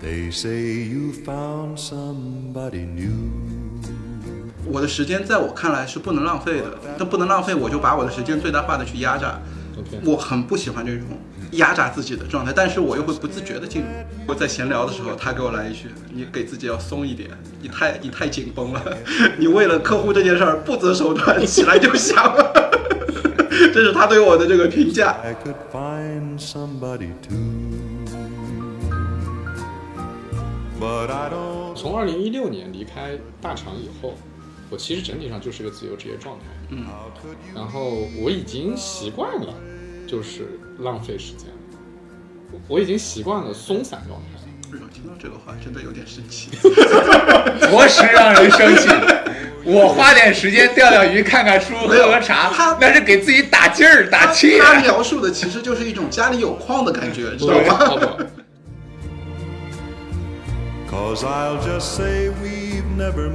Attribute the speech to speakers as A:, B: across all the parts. A: They say you found somebody new.
B: 我的时间在我看来是不能浪费的，但不能浪费，我就把我的时间最大化的去压榨。
C: OK
B: 我很不喜欢这种压榨自己的状态，但是我又会不自觉的进入。我在闲聊的时候，他给我来一句：“你给自己要松一点，你太你太紧绷了， 你为了客户这件事儿不择手段，起来就响。” 这是他对我的这个评价。
A: I could find somebody too. But I don't.
C: 从二零一六年离开大厂以后，我其实整体上就是个自由职业状态。
B: 嗯
A: How could you?
C: 然后我已经习惯了，就是浪费时间，我我已经习惯了松散状态。
B: 我听到这个话真的有点生气。
D: 着实让人生气。 我花点时间钓钓鱼、看看书、喝喝茶
B: 他，
D: 那是给自己打劲儿、打气。啊
B: 他描述的其实就是一种家里有矿的感觉，知道吗？
C: 好不，
A: Cause I'll just say we've never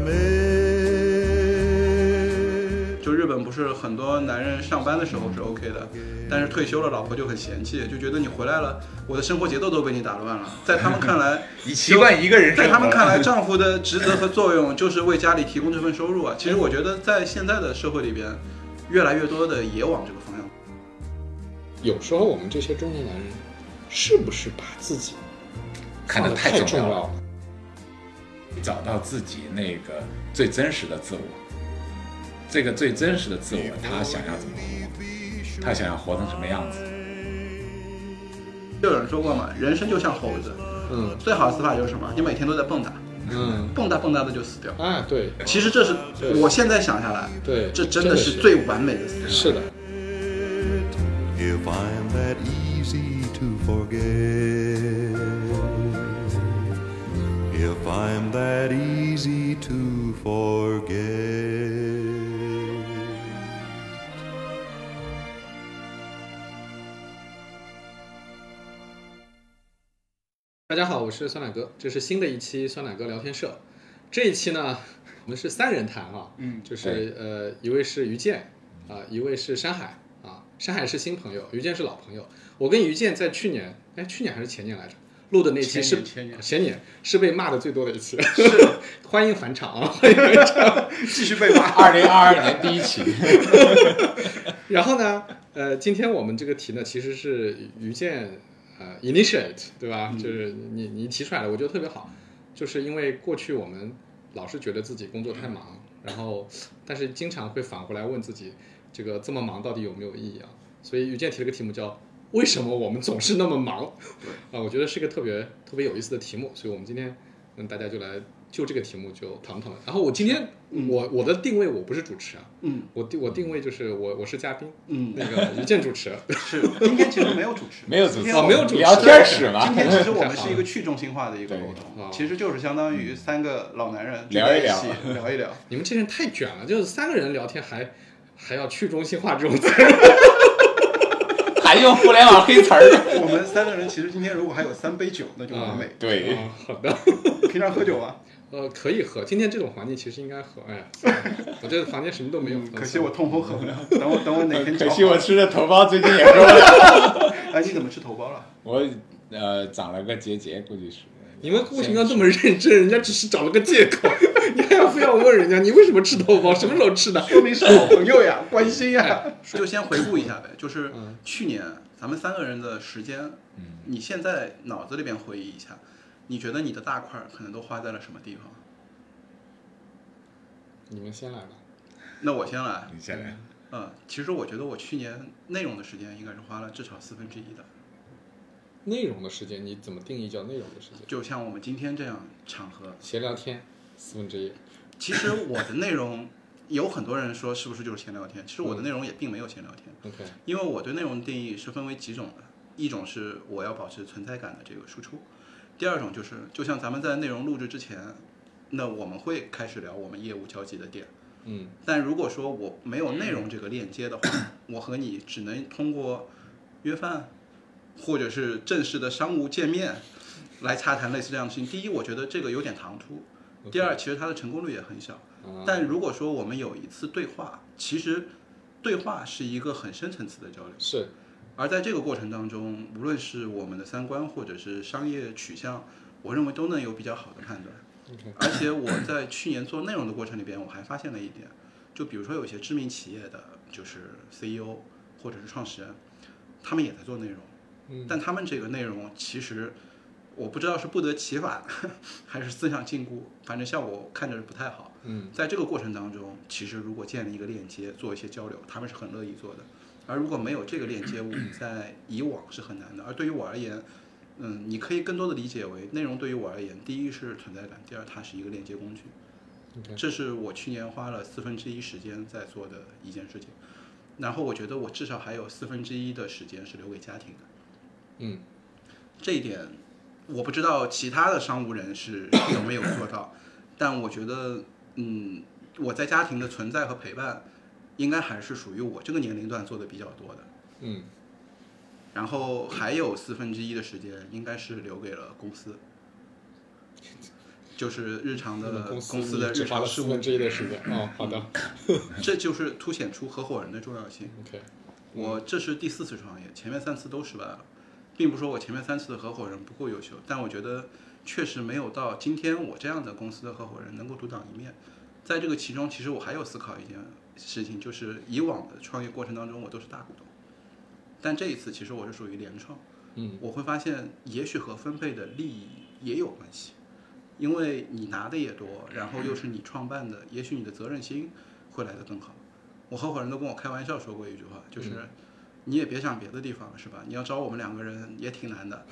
A: met.
B: 就日本不是很多男人上班的时候是 OK 的，但是退休了，老婆就很嫌弃，就觉得你回来了，我的生活节奏都被你打乱了。在他们看来，
D: 你习惯一个人生活
B: 在
D: 了
B: 他们看来，丈夫的职责和作用就是为家里提供这份收入啊。其实我觉得，在现在的社会里边，越来越多的也往这个方向。
C: 有时候我们这些中年男人，是不是把自己
D: 看
C: 放
D: 得
C: 得
D: 太重
C: 重
D: 要
C: 了
D: 了，？找到自己那个最真实的自我，这个最真实的自我，他想要怎么活，他想要活成什么样子。
B: 就有人说过嘛，人生就像猴子，
C: 嗯
B: 最好的死法就是什么？你每天都在蹦跶，
C: 嗯，
B: 蹦跶蹦跶的就死掉。
C: 哎，对
B: 其实这是
C: 对
B: 我现在想下来，
C: 对，
B: 这真
C: 的
B: 的是最完美的死法。
C: 是的，
A: If I'm that easy to forget. If I'm that easy to forget.
C: 大家好，我是酸奶哥，这是新的一期酸奶哥聊天社。这一期呢，我们是三人谈啊，嗯，就是呃，一位是于健，啊、一位是山海，啊，山海是新朋友，于健是老朋友。我跟于健在去年，哎，去年还是前年来着，录的那期
B: 前
C: 是
B: 年前年
C: 前年是被骂的最多的一期，是 欢迎返场啊， 欢迎返场。
B: 继续被骂。
D: 二零二二年第一期，
C: 然后呢，呃，今天我们这个题呢，其实是于健呃 initiate 对吧？就是你你提出来了，我觉得特别好，就是因为过去我们老是觉得自己工作太忙，然后但是经常会反过来问自己，这个这么忙到底有没有意义啊？所以于健提了个题目叫。为什么我们总是那么忙？啊，我觉得是个特别特别有意思的题目，所以我们今天，嗯，大家就来就这个题目就谈谈。然后我今天，我我的定位我不是主持啊，
B: 嗯
C: 我定我定位就是我我是嘉宾，
B: 嗯，
C: 那个于健主持，
B: 是，今天其实没哦有主持，
D: 没有主持，
B: 今天我
C: 没有主持
D: 聊天室嘛
B: 今，天其实我们是一个去中心化的一个沟
C: 对
B: 通，其实就是相当于三个老男人
D: 聊一
B: 聚在
D: 聊
B: 起聊一聊。
C: 你们这人太卷了，就是三个人聊天还还要去中心化这种词儿，
D: 还用互联网黑词儿。
B: 我们三个人其实今天如果还有三杯酒，那就完美。
D: 对，
C: 啊好的，
B: 平常喝酒啊，
C: 呃，可以喝，今天这种环境其实应该喝，哎呀，我这房间什么都没有，
B: 嗯可惜我痛风喝不了。等我等我哪天
D: 可
B: 找
D: 惜我吃的头孢最近也弱了，
B: 哎，你怎么吃头孢了？
D: 我呃长了个结节，估计是。
C: 你们为什么要这么认真？人家只是找了个借口， 你还要非要问人家你为什么吃头孢，什么时候吃的？
B: 说明是好朋友 呀，关心
D: 哎
B: 呀。就先回顾一下呗，就是
D: 嗯
B: 去年咱们三个人的时间，你现在脑子里边回忆一下，你觉得你的大块儿可能都花在了什么地方？
C: 你们先来吧，
B: 那我先来，
D: 你先来，
B: 嗯，其实我觉得我去年内容的时间应该是花了至少四分之一的，
C: 内容的时间你怎么定义叫内容的时间？
B: 就像我们今天这样场合。
C: 闲聊天四分之一，
B: 其实我的内容，有很多人说是不是就是闲聊天？其实我的内容也并没有闲聊天，
C: OK，
B: 因为我对内容的定义是分为几种的，一种是我要保持存在感的这个输出，第二种就是就像咱们在内容录制之前，那我们会开始聊我们业务交集的点。
C: 嗯
B: 但如果说我没有内容这个链接的话，我和你只能通过约饭，或者是正式的商务见面来洽谈类似这样的事情。第一，我觉得这个有点唐突；第二，其实它的成功率也很小。
C: 啊，
B: 但如果说我们有一次对话，其实对话是一个很深层次的交流，
C: 是
B: 而在这个过程当中，无论是我们的三观，或者是商业取向，我认为都能有比较好的判断。
C: OK
B: 而且我在去年做内容的过程里边，我还发现了一点，就比如说有些知名企业的，就是 CEO 或者是创始人，他们也在做内容，
C: 嗯
B: 但他们这个内容其实我不知道是不得其法， 还是思想禁锢，反正效果看着是不太好。
C: 嗯
B: 在这个过程当中，其实如果建立一个链接，做一些交流，他们是很乐意做的。而如果没有这个链接，我们在以往是很难的。而对于我而言，嗯，你可以更多的理解为内容对于我而言，第一是存在感，第二它是一个链接工具。
C: ，OK，
B: 这是我去年花了四分之一时间在做的一件事情。然后我觉得我至少还有四分之一的时间是留给家庭的。
C: 嗯
B: 这一点我不知道其他的商务人士有没有做到，但我觉得，嗯，我在家庭的存在和陪伴，应该还是属于我这个年龄段做的比较多的。
C: 嗯
B: 然后还有四分之一的时间，应该是留给了公司，就是日常
C: 那
B: 的
C: 么公司
B: 公司的
C: 你只
B: 日
C: 花
B: 常
C: 了
B: 事
C: 四
B: 务
C: 分，之一的时间。哦，好的
B: 这就是凸显出合伙人的重要性。
C: ，OK，
B: 我这是第四次创业，前面三次都失败了，并不是说我前面三次的合伙人不够优秀，但我觉得确实没有到今天我这样的公司的合伙人能够独当一面。在这个其中，其实我还有思考一件事情，就是以往的创业过程当中，我都是大股东，但这一次其实我是属于联创，
C: 嗯
B: 我会发现也许和分配的利益也有关系，因为你拿的也多，然后又是你创办的，也许你的责任心会来得更好。我合伙人都跟我开玩笑说过一句话，就是。
C: 嗯
B: 你也别想别的地方了，是吧？你要招我们两个人也挺难 的，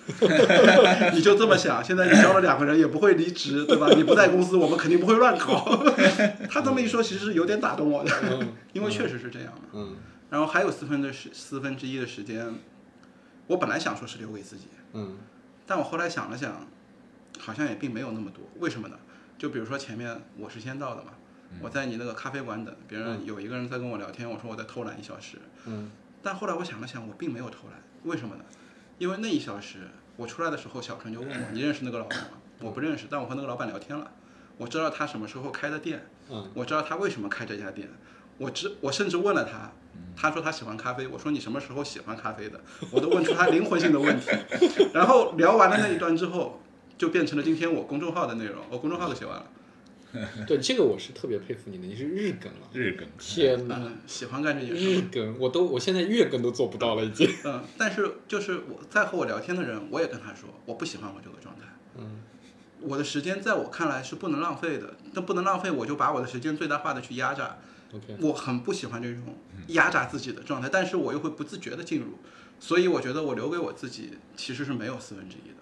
B: 你就这么想。现在你招了两个人也不会离职，对吧？你不在公司，我们肯定不会乱搞。 他这么一说，其实是有点打动我的，
C: 嗯
B: 因为确实是这样的。
C: 嗯
B: 然后还有四分之十四分之一的时间，我本来想说是留给自己，
C: 嗯
B: 但我后来想了想，好像也并没有那么多。为什么呢？就比如说前面我是先到的嘛，
C: 嗯
B: 我在你那个咖啡馆等，别人有一个人在跟我聊天，我说我在偷懒一小时，
C: 嗯
B: 但后来我想了想，我并没有偷懒，为什么呢？因为那一小时我出来的时候，小陈就问我：“你认识那个老板吗？”我不认识，但我和那个老板聊天了，我知道他什么时候开的店，
C: 嗯
B: 我知道他为什么开这家店，我知我甚至问了他，
C: 嗯
B: 他说他喜欢咖啡，我说你什么时候喜欢咖啡的？我都问出他灵魂性的问题。 然后聊完了那一段之后，就变成了今天我公众号的内容，我公众号都写完了。
C: 嗯，对，这个我是特别佩服你的，你是日更啊！
D: 日更，
C: 天哪，
B: 嗯，喜欢干这件事
C: 日
B: 情。
C: 更，我都我现在月更都做不到了，已经。
B: 嗯，但是就是我在和我聊天的人，我也跟他说，我不喜欢我这个状态。
C: 嗯
B: 我的时间在我看来是不能浪费的，那不能浪费，我就把我的时间最大化的去压榨。
C: ，OK，
B: 我很不喜欢这种压榨自己的状态，但是我又会不自觉的进入，所以我觉得我留给我自己其实是没有四分之一的。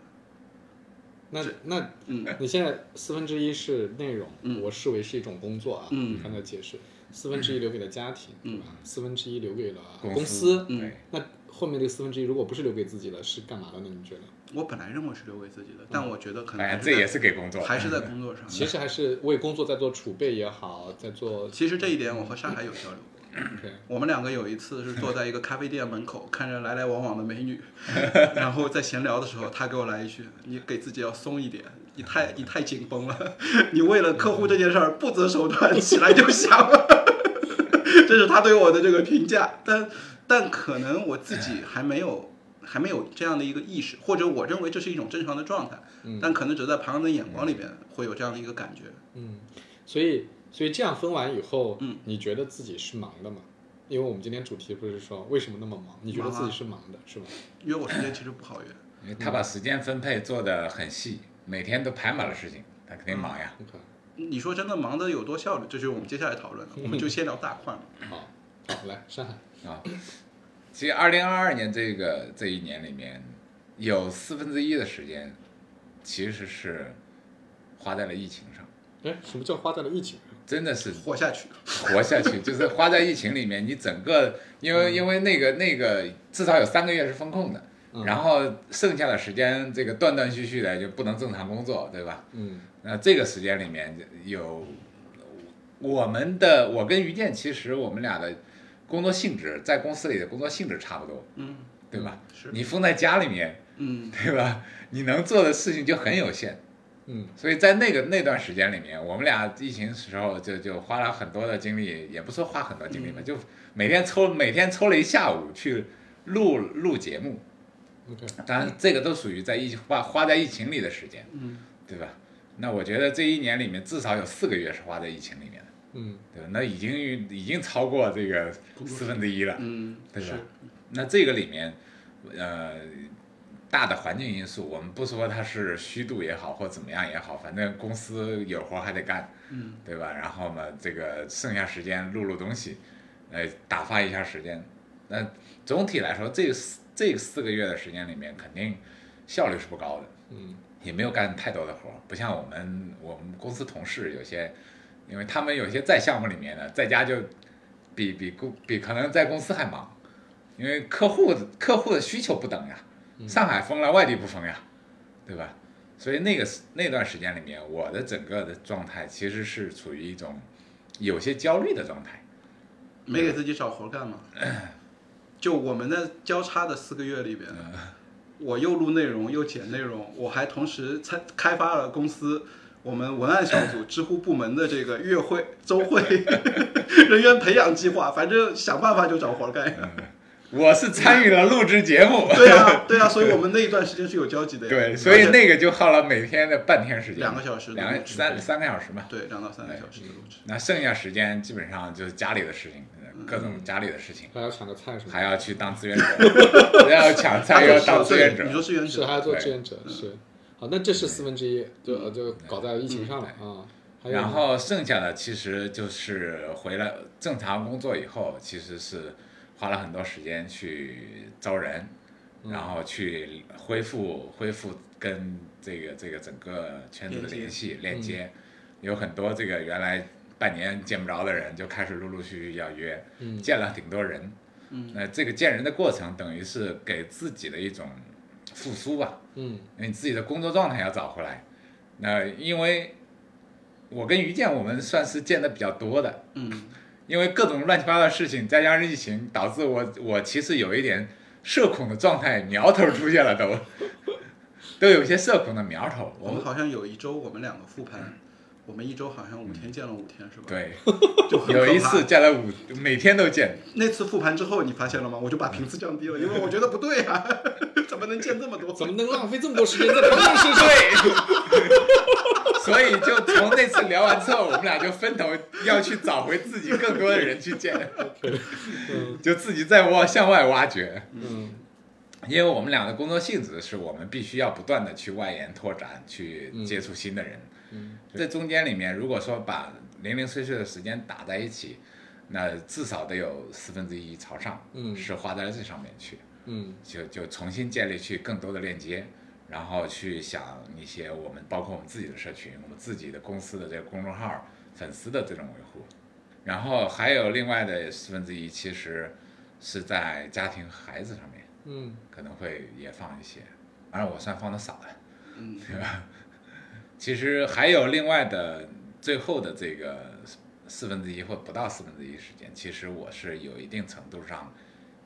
C: 那那
B: 嗯，
C: 你现在四分之一是内容，
B: 嗯
C: 我视为是一种工作啊，
B: 嗯
C: 你刚才解释，四分之一留给了家庭，
B: 嗯
C: 对吧？四分之一留给了
D: 公
C: 司，
B: 嗯
D: 对，
C: 那后面这个四分之一如果不是留给自己了，是干嘛的呢？你觉得？
B: 我本来认为是留给自己的，但我觉得可能
D: 反
B: 还
D: 正哎这也
B: 是嗯
D: 是给工
B: 在
D: 作，嗯
B: 还是在工作上。
C: 其实还是为工作在做储备也好，在做
B: 其实这一点我和上海有交流过。
C: OK，
B: 我们两个有一次是坐在一个咖啡店门口，看着来来往往的美女，然后在闲聊的时候，他给我来一句：“你给自己要松一点，你太你太紧绷了，你为了客户这件事儿不择手段，起来就响了。” 这是他对我的这个评价，但但可能我自己还没有还没有这样的一个意识，或者我认为这是一种正常的状态，但可能只在旁人的眼光里边会有这样的一个感觉。
C: 嗯，所以所以这样分完以后，
B: 嗯，
C: 你觉得自己是忙的吗？因为我们今天主题不是说为什么那么忙，你觉得
B: 忙啊
C: 自己是忙的，是吧？
B: 约我时间其实不好约，
D: 因为他把时间分配做得很细，每天都排满了事情，他肯定忙呀。
C: o k
B: 你说真的忙得有多效率？这就是我们接下来讨论的，我们就先聊大块嘛。
C: 好，好，来上海，
D: 啊。其实二零二二年这个这一年里面，有四分之一的时间其实是花在了疫情上，
C: 哎，什么叫花在了疫情？
D: 真的是
B: 活下去。
D: 活下去，就是花在疫情里面，你整个因
B: 嗯
D: 为因为那个那个至少有三个月是封控的，
C: 嗯
B: 嗯
D: 然后剩下的时间这个断断续续的就不能正常工作，对吧？
C: 嗯
D: 那这个时间里面有我们的，我跟于健其实我们俩的工作性质在公司里的工作性质差不多，
B: 嗯
D: 对吧？
B: 是
D: 你封在家里面，
B: 嗯，
D: 对吧？你能做的事情就很有限，
C: 嗯
D: 所以在那个那段时间里面，我们俩疫情时候就就花了很多的精力，也不说花很多精力吧，就每天抽每天抽了一下午去录录节目，
C: 嗯 OK，
D: 当然，这个都属于在疫花花在疫情里的时间，
B: 嗯，
D: 对吧？那我觉得这一年里面至少有四个月是花在疫情里面的，
C: 嗯
D: 对吧？那已经已经超过这个四分之一了，
B: 嗯，
D: 对吧
C: 是？
D: 那这个里面，呃，大的环境因素，我们不说它是虚度也好，或怎么样也好，反正公司有活还得干，
B: 嗯，
D: 对吧？然后嘛，这个剩下时间录录东西，呃，打发一下时间。那总体来说，这四这四个月的时间里面，肯定效率是不高的，
C: 嗯
D: 也没有干太多的活儿，不像我们我们公司同事有些，因为他们有些在项目里面的，在家就比比公比可能在公司还忙，因为客户客户的需求不等呀，
B: 嗯
D: 上海封了，外地不封呀，对吧？所以那个时那段时间里面，我的整个的状态其实是处于一种有些焦虑的状态。
B: 没给自己找活干嘛？就我们那交叉的四个月里边，我又录内容又剪内容，我还同时参开发了公司我们文案小组、知乎部门的这个月会、周会 人员培养计划，反正想办法就找活干。
D: 嗯我是参与了录制节目，
B: 对啊，对啊，所以我们那一段时间是有交集的呀。
D: 对，所以
B: 而且
D: 那个就耗了每天的半天时间，
B: 两个小时的
D: 两
B: 录
D: 个
B: 制
D: 三三个小时吧。
B: 对两到三个小时的录制，
D: 那剩下时间基本上就是家里的事情，呃各
B: 嗯
D: 种家里的事情，
C: 还要抢个菜什么的，
D: 还要去当 志愿者，要抢菜，又要当志愿
B: 对你说
D: 者。
B: 志愿
C: 是还
B: 者，
C: 要做志愿者
D: 嗯
C: 是。好，那这是四分之一，就呃就搞在疫情上了啊。还有呢
D: 嗯然后剩下的其实就是回来正常工作以后，其实是花了很多时间去招人，然后去恢复恢复跟这个这个整个圈子的联系链接，有很多这个原来半年见不着的人就开始陆陆续续要约，
C: 嗯
D: 见了挺多人。
B: 嗯
D: 那这个见人的过程，等于是给自己的一种复苏吧，
C: 嗯
D: 你自己的工作状态要找回来。那因为我跟于健，我们算是见的比较多的，
B: 嗯，
D: 因为各种乱七八糟的事情，再加上疫情，导致我我其实有一点社恐的状态苗头出现了都， 都有些社恐的苗头。
B: 我们
D: 我
B: 好像有一周我们两个复盘，我们一周好像五天见了五天是吧？，
D: 对，
B: 就很可
D: 有
B: 怕
D: 一次见了五，每天都见，
B: 那次复盘之后，你发现了吗？我就把频次降低了，因为我觉得不对啊， 怎么能见这么多？
C: 怎么能浪费这么多时间在同事身上？
D: 所以就从那次聊完之后，我们俩就分头要去找回自己更多的人去见，就自己再往向外挖掘。
C: 嗯
D: 因为我们俩的工作性质是我们必须要不断的去外延拓展，去接触新的人。
C: 嗯
D: 这中间里面，如果说把零零碎碎的时间打在一起，那至少得有四分之一朝上，
C: 嗯
D: 是花在了这上面去。
C: 嗯
D: 就就重新建立去更多的链接，然后去想一些我们包括我们自己的社群、我们自己的公司的这个公众号、粉丝的这种维护，然后还有另外的四分之一其实是在家庭和孩子上面
C: 嗯
D: 可能会也放一些，当然我算放的少的，
B: 嗯，
D: 其实还有另外的最后的这个四分之一或不到四分之一时间，其实我是有一定程度上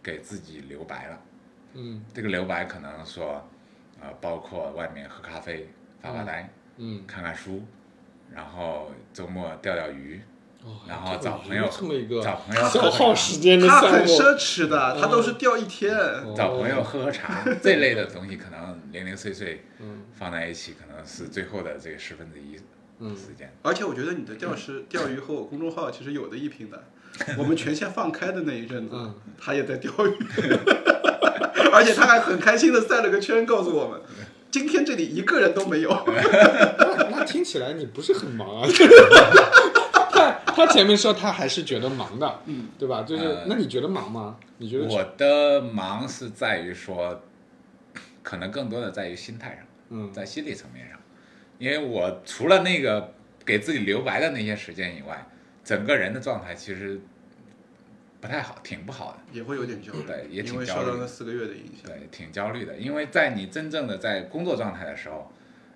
D: 给自己留白了。
C: 嗯
D: 这个留白可能说，呃，包括外面喝咖啡、发发呆、
C: 嗯，
D: 看看书，然后周末钓钓鱼，
C: 哦
D: 然后找朋友
C: 这么一个
D: 找朋友喝
C: 消
D: 喝
C: 耗
D: 茶
C: 时间的
B: 他
C: 项
B: 很
C: 目，
B: 奢侈
C: 嗯
B: 的，他都是掉一天。
D: 找朋
C: 哦
D: 友喝喝茶这类 的东西，可能零零碎碎
C: 嗯
D: 放在一起，可能是最后的这个十分之一
C: 嗯
D: 时间。
B: 而且我觉得你的钓是钓鱼和我公众号其实有的一拼的。我们权限放开的那一阵子
C: 嗯，
B: 他也在钓鱼， 而且他还很开心的赛了个圈，告诉我们，今天这里一个人都没有。
C: 那 那听起来你不是很忙啊。他他前面说他还是觉得忙的，嗯，对吧？就是
D: 呃
C: 那你觉得忙吗？你觉得
D: 我的忙是在于说，可能更多的在于心态上。
C: 嗯
D: 在心理层面上，因为我除了那个给自己留白的那些时间以外，整个人的状态其实不太好，挺不好的，
B: 也会有点焦虑，
D: 对也挺
B: 因为
D: 焦
B: 受
D: 虑
B: 到那四个月的影响。
D: 对，挺焦虑的。因为在你真正的在工作状态的时候，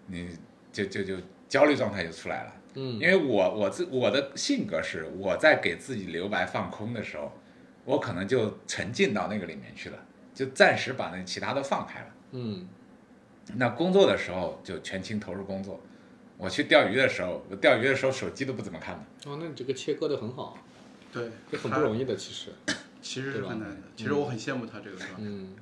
D: 你就就就焦虑状态就出来了。
C: 嗯
D: 因为我我自我的性格是，我在给自己留白放空的时候，我可能就沉浸到那个里面去了，就暂时把那其他都放开了。
C: 嗯
D: 那工作的时候就全情投入工作。我去钓鱼的时候，我钓鱼的时候手机都不怎么看的。
C: 哦，那你这个切割的很好，
B: 对，
C: 这很不容易的，其实
B: 其实是
C: 对吧
D: 嗯
B: 很难的。其实我很羡慕他这个状态。
C: 嗯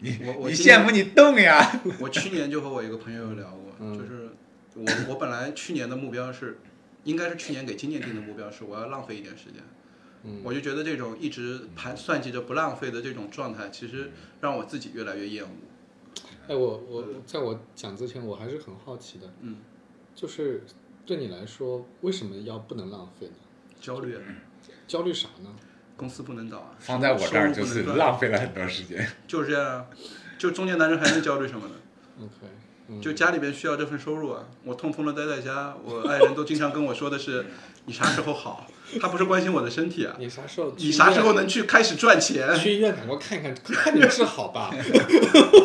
D: 你
B: 我我
D: 你
B: 今天
D: 羡慕你 动呀，
B: 我去年就和我一个朋友聊过，
C: 嗯
B: 就是我我本来去年的目标是，应该是去年给今年定的目标是我要浪费一点时间。
C: 嗯
B: 我就觉得这种一直
D: 嗯
B: 盘算计着不浪费的这种状态，其实让我自己越来越厌恶。
C: 哎，我我在我讲之前，我还是很好奇的，
B: 嗯，
C: 就是对你来说，为什么要不能浪费呢？
B: 焦虑，啊
C: 焦虑啥呢？
B: 公司不能倒啊，
D: 放在我这儿
B: 收
D: 就
B: 入不
D: 是
B: 能断，
D: 浪费了很多时间。
B: 就是这样啊。就中年男人还能焦虑什么呢？
C: OK，嗯，
B: 就家里边需要这份收入啊！我痛风的待在家，我爱人都经常跟我说的是， 你啥时候好？他不是关心我的身体啊，
C: 你啥时候去医院？
B: 你啥时候能去开始赚钱？
C: 去医院赶快看看，看你治好吧。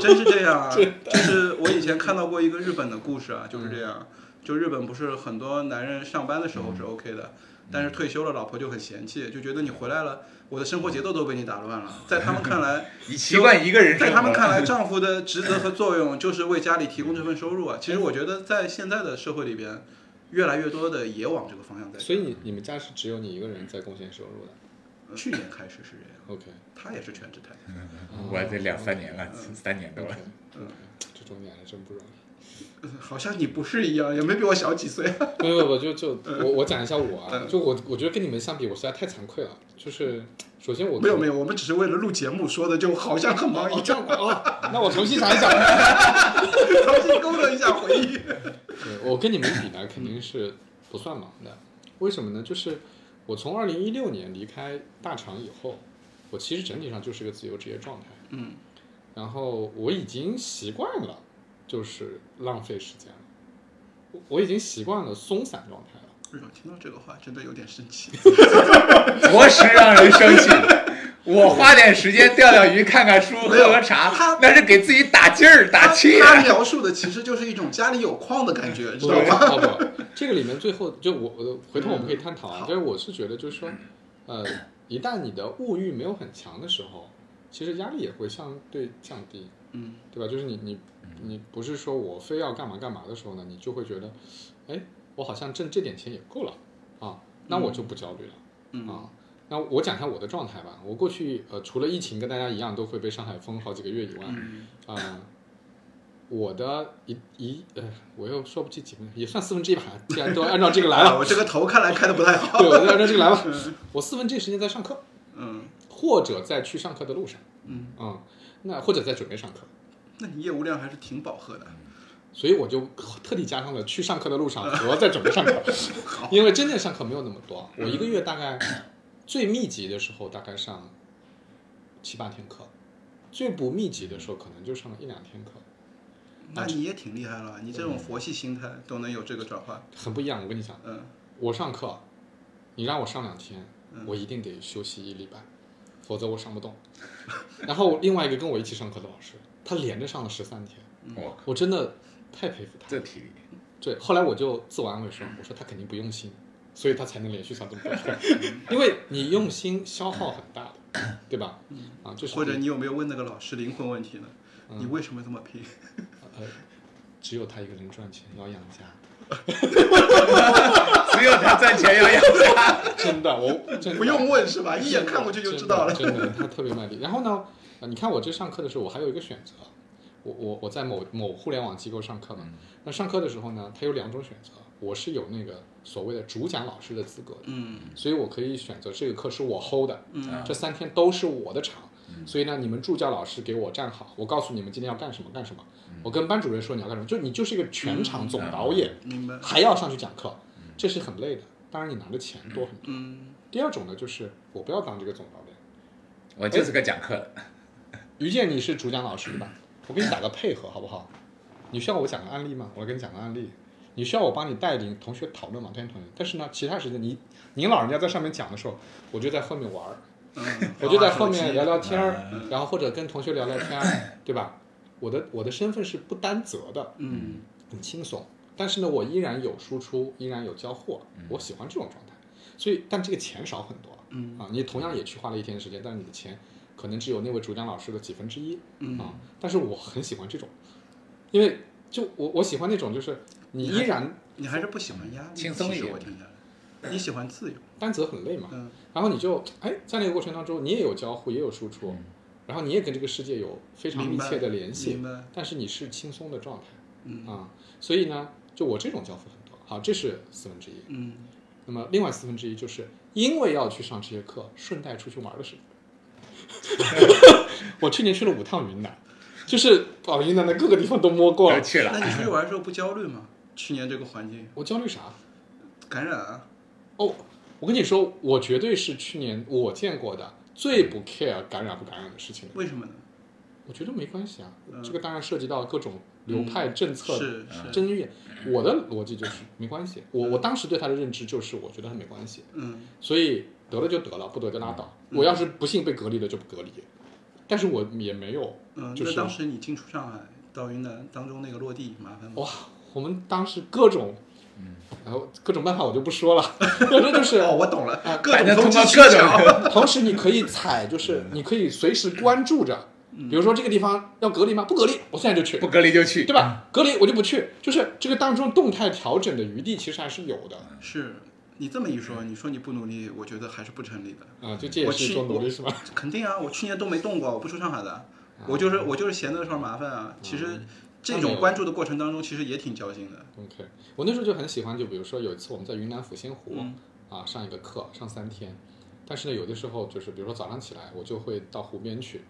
B: 真是这样啊！就是我以前看到过一个日本的故事啊，就是这样。就日本不是很多男人上班的时候是 OK 的，但是退休了，老婆就很嫌弃，就觉得你回来了，我的生活节奏都被你打乱了。在他们看来，
D: 你习惯一个人
B: 在
D: 生
B: 他
D: 活
B: 们
D: 了，
B: 看来，丈夫的职责和作用就是为家里提供这份收入啊。其实我觉得在现在的社会里边，越来越多的也往这个方向在走。
C: 所以你你们家是只有你一个人在贡献收入的
B: 呃去年开始是这样，
C: ？OK，
B: 他也是全职太太。
D: 我这两三年了，三年多
C: OK，
D: 了。
C: OK，这中年还真不容易。
B: 好像你不是一样，也没比我小几岁。
C: 没有没有，就就我我讲一下我啊，就我我觉得跟你们相比，我实在太惭愧了。就是首先我
B: 没有没有，我们只是为了录节目说的，就好像很忙一
C: 哦
B: 样。
C: 这样的哦，那我重新想一想。
B: 重新勾勒一下回忆。
C: 对我跟你们比呢，肯定是不算忙的。为什么呢？就是我从二零一六年离开大厂以后，我其实整体上就是个自由职业状态。
B: 嗯，
C: 然后我已经习惯了，就是浪费时间了。我我已经习惯了松散状态了。
B: 瑞总听到这个话真的有点生气。
D: 着实让人生气。我花点时间钓钓鱼、看看书、喝
B: 没有
D: 喝茶
B: 他，
D: 那是给自己打劲儿、打气
B: 他
D: 啊。
B: 描述的其实就是一种家里有矿的感觉，知
C: 不
B: 道吗？
C: 不不，这个里面最后就我我回头我们可以探讨啊
B: 嗯。好
C: 就是我是觉得就是说，呃，一旦你的物欲没有很强的时候，其实压力也会相对降低。
B: 嗯，
C: 对吧？就是你你你不是说我非要干嘛干嘛的时候呢，你就会觉得，哎，我好像挣这点钱也够了啊，那我就不焦虑了、
B: 嗯
C: 啊。那我讲一下我的状态吧。我过去呃，除了疫情跟大家一样都会被上海封好几个月以外，啊、
B: 嗯
C: 我的一一呃，我又说不清几分，也算四分之一吧。既然都按照这
D: 哎
C: 个来 了
B: 我，这个头看来开的不太好
C: 对，。我就按照这个来吧。我四分之一时间在上课，
B: 嗯
C: 或者在去上课的路上，
B: 嗯，
C: 啊、那或者在准备上课。
B: 那你业务量还是挺饱和的。
C: 所以我就特地加上了去上课的路上和在准备上课，因为真正上课没有那么多，我一个月大概最密集的时候大概上七八天课，最不密集的时候可能就上了一两天课，
B: 那你也挺厉害了，你这种佛系心态都能有这个转换。
C: 很不一样。我跟你讲，
B: 嗯，
C: 我上课，你让我上两天
B: 嗯，
C: 我一定得休息一礼拜，否则我上不动。 然后另外一个跟我一起上课的老师，他连着上了十三天，
D: 我
C: 我真的太佩服他了。
D: 这体力，
C: 对，后来我就自我安慰说，我说他肯定不用心，所以他才能连续上这么多 天，因为你用心消耗很大的， 对吧？啊，就
B: 嗯
C: 是嗯
B: 或者你有没有问那个老师灵魂问题呢？你为什么这么拼？
C: 呃，只有他一个人赚钱要养家，
D: 只有他赚钱要 养家。
C: 真的，我真的
B: 不用问是吧？一眼看过 去就知道了。
C: 真的，真的他特别卖力。然后呢，呃你看我这上课的时候，我还有一个选择，我我我在某某互联网机构上课嘛，那上课的时候呢，他有两种选择，我是有那个所谓的主讲老师的资格的。
B: 嗯
C: 所以我可以选择这个课是我 hold 的，
B: 嗯
C: 这三天都是我的场，所以呢，你们助教老师给我站好，我告诉你们今天要干什么干什么，我跟班主任说你要干什么，就你就是一个全场总导演，
B: 明白。
C: 还要上去讲课，这是很累的。当然你拿的钱多很多。
B: 嗯，
C: 第二种呢，就是我不要当这个总导演。
D: 我就是个讲课的，
C: 于健，你是主讲老师吧？我给你打个配合好不好？你需要我讲个案例吗？我来给你讲个案例。你需要我帮你带领同学讨论吗？带领同学。但是呢，其他时间你您老人家在上面讲的时候，我就在后面玩儿。
B: 嗯
C: 我就在后面聊聊天儿，然后或者跟同学聊聊天儿，对吧？我的我的身份是不担责的，
B: 嗯
C: 很轻松，但是呢，我依然有输出，依然有交互，我喜欢这种状态。所以，但这个钱少很多
B: 嗯
C: 啊，你同样也去花了一天的时间，但是你的钱可能只有那位主讲老师的几分之一啊
B: 嗯。。
C: 但是我很喜欢这种，因为就我我喜欢那种就是你依然
B: 你还是不喜欢压力，
D: 轻松一
B: 其实
D: 点
B: 我听下来，你喜欢自由。
C: 担责很累嘛，
B: 嗯
C: 然后你就哎，在那个过程当中，你也有交互，也有输出，然后你也跟这个世界有非常密切的联系
B: 明，白，
C: 但是你是轻松的状态
B: 嗯
C: 啊、所以呢，就我这种交付很多。好，这是四分之一。
B: 嗯，
C: 那么另外四分之一就是因为要去上这些课，顺带出去玩的事。 我去年去了五趟云南，就是把云南的各个地方都摸过
D: 都
C: 了。
D: 去
B: 那
D: 了，
B: 你出去玩的时候不焦虑吗？去年这个环境
C: 我焦虑啥？
B: 感染啊，
C: 哦，我跟你说，我绝对是去年我见过的最不 care 感染不感染的事情了。
B: 为什么呢？
C: 我觉得没关系啊，
B: 嗯
C: 这个当然涉及到各种流派政策
B: 是嗯是，
C: 争议。我的逻辑就是没关系，我我当时对他的认知就是我觉得他没关系，
B: 嗯
C: 所以得了就得了，不得就拉倒。
B: 嗯
C: 我要是不幸被隔离了就不隔离，但是我也没有
B: 嗯，
C: 就
B: 那
C: 是
B: 当时你进出上海到云南当中那个落地麻烦吗？
C: 哇，我们当时各种，
B: 嗯
C: 然后各种办法我就不说了， 反正就是
B: 哦，我懂了，各
D: 反
B: 种
D: 正
B: 攻
D: 通
B: 击
D: 过
B: 取
D: 各
B: 巧，
D: 种，
C: 同时你可以踩，就是你可以随时关注着，
B: 嗯
C: 比如说这个地方要隔离吗？不隔离，我现在就去
D: 不，隔离就去？
C: 对，吧？
B: 嗯
C: 隔离我就不去，就是这个当中动态调整的余地其实还是有的
B: 是你这么一说，你说你不努力，我觉得还是不成立的。
C: 啊，就这也
B: 我
C: 是一
B: 去
C: 种努
B: 我
C: 力是吧？
B: 肯定啊，我去年都没动过，我不出上海的，我就是我就是嫌那个事儿麻烦啊。其实这种关注的过程当中，其实也挺矫情的。
C: OK，我那时候就很喜欢，就比如说有一次我们在云南抚仙湖、
B: 嗯
C: 啊上一个课，上三天，但是呢，有的时候就是比如说早上起来，我就会到湖边去。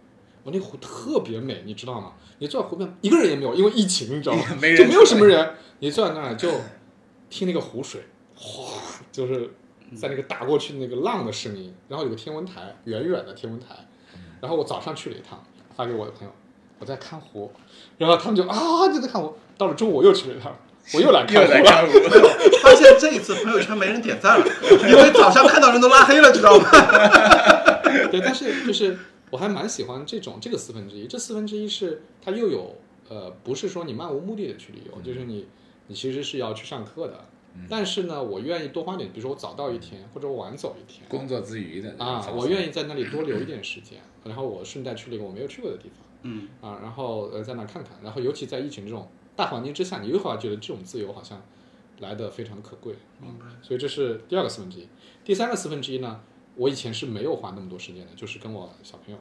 C: 我那湖特别美，你知道吗？你坐在湖边一个人也没有，因为疫情，你知道吗
D: 没
C: 就
D: 人
C: 没有什么人。你坐在那儿就听那个湖水，哗，就是在那个打过去的那个浪的声音。然后有个天文台，远远的天文台。
D: 嗯
C: 然后我早上去了一趟，发给我的朋友，我在看湖。然后他们就啊，就在看湖。到了中午我又去了一趟，我又来看
D: 又
C: 湖
D: 来
C: 了。
D: 看我，
B: 发现这一次朋友圈没人点赞了，因为早上看到人都拉黑了，知道吗？
C: 对，但是就是我还蛮喜欢这种这个四分之一，这四分之一是它又有呃，不是说你漫无目的的去旅游，就是你你其实是要去上课的，但是呢，我愿意多花点，比如说我早到一天或者我晚走一天
D: 工作之余的
C: 啊，我愿
D: 意，
C: 意在那里多留一点时间，然后我顺带去了一个我没有去过的地方
B: 嗯，
C: 啊，然后呃在那儿看看，然后尤其在疫情这种大环境之下，你又会觉得这种自由好像来的非常可贵。
B: 明白。
C: 所以这是第二个四分之一。第三个四分之一呢，我以前是没有花那么多时间的，就是跟我小朋友，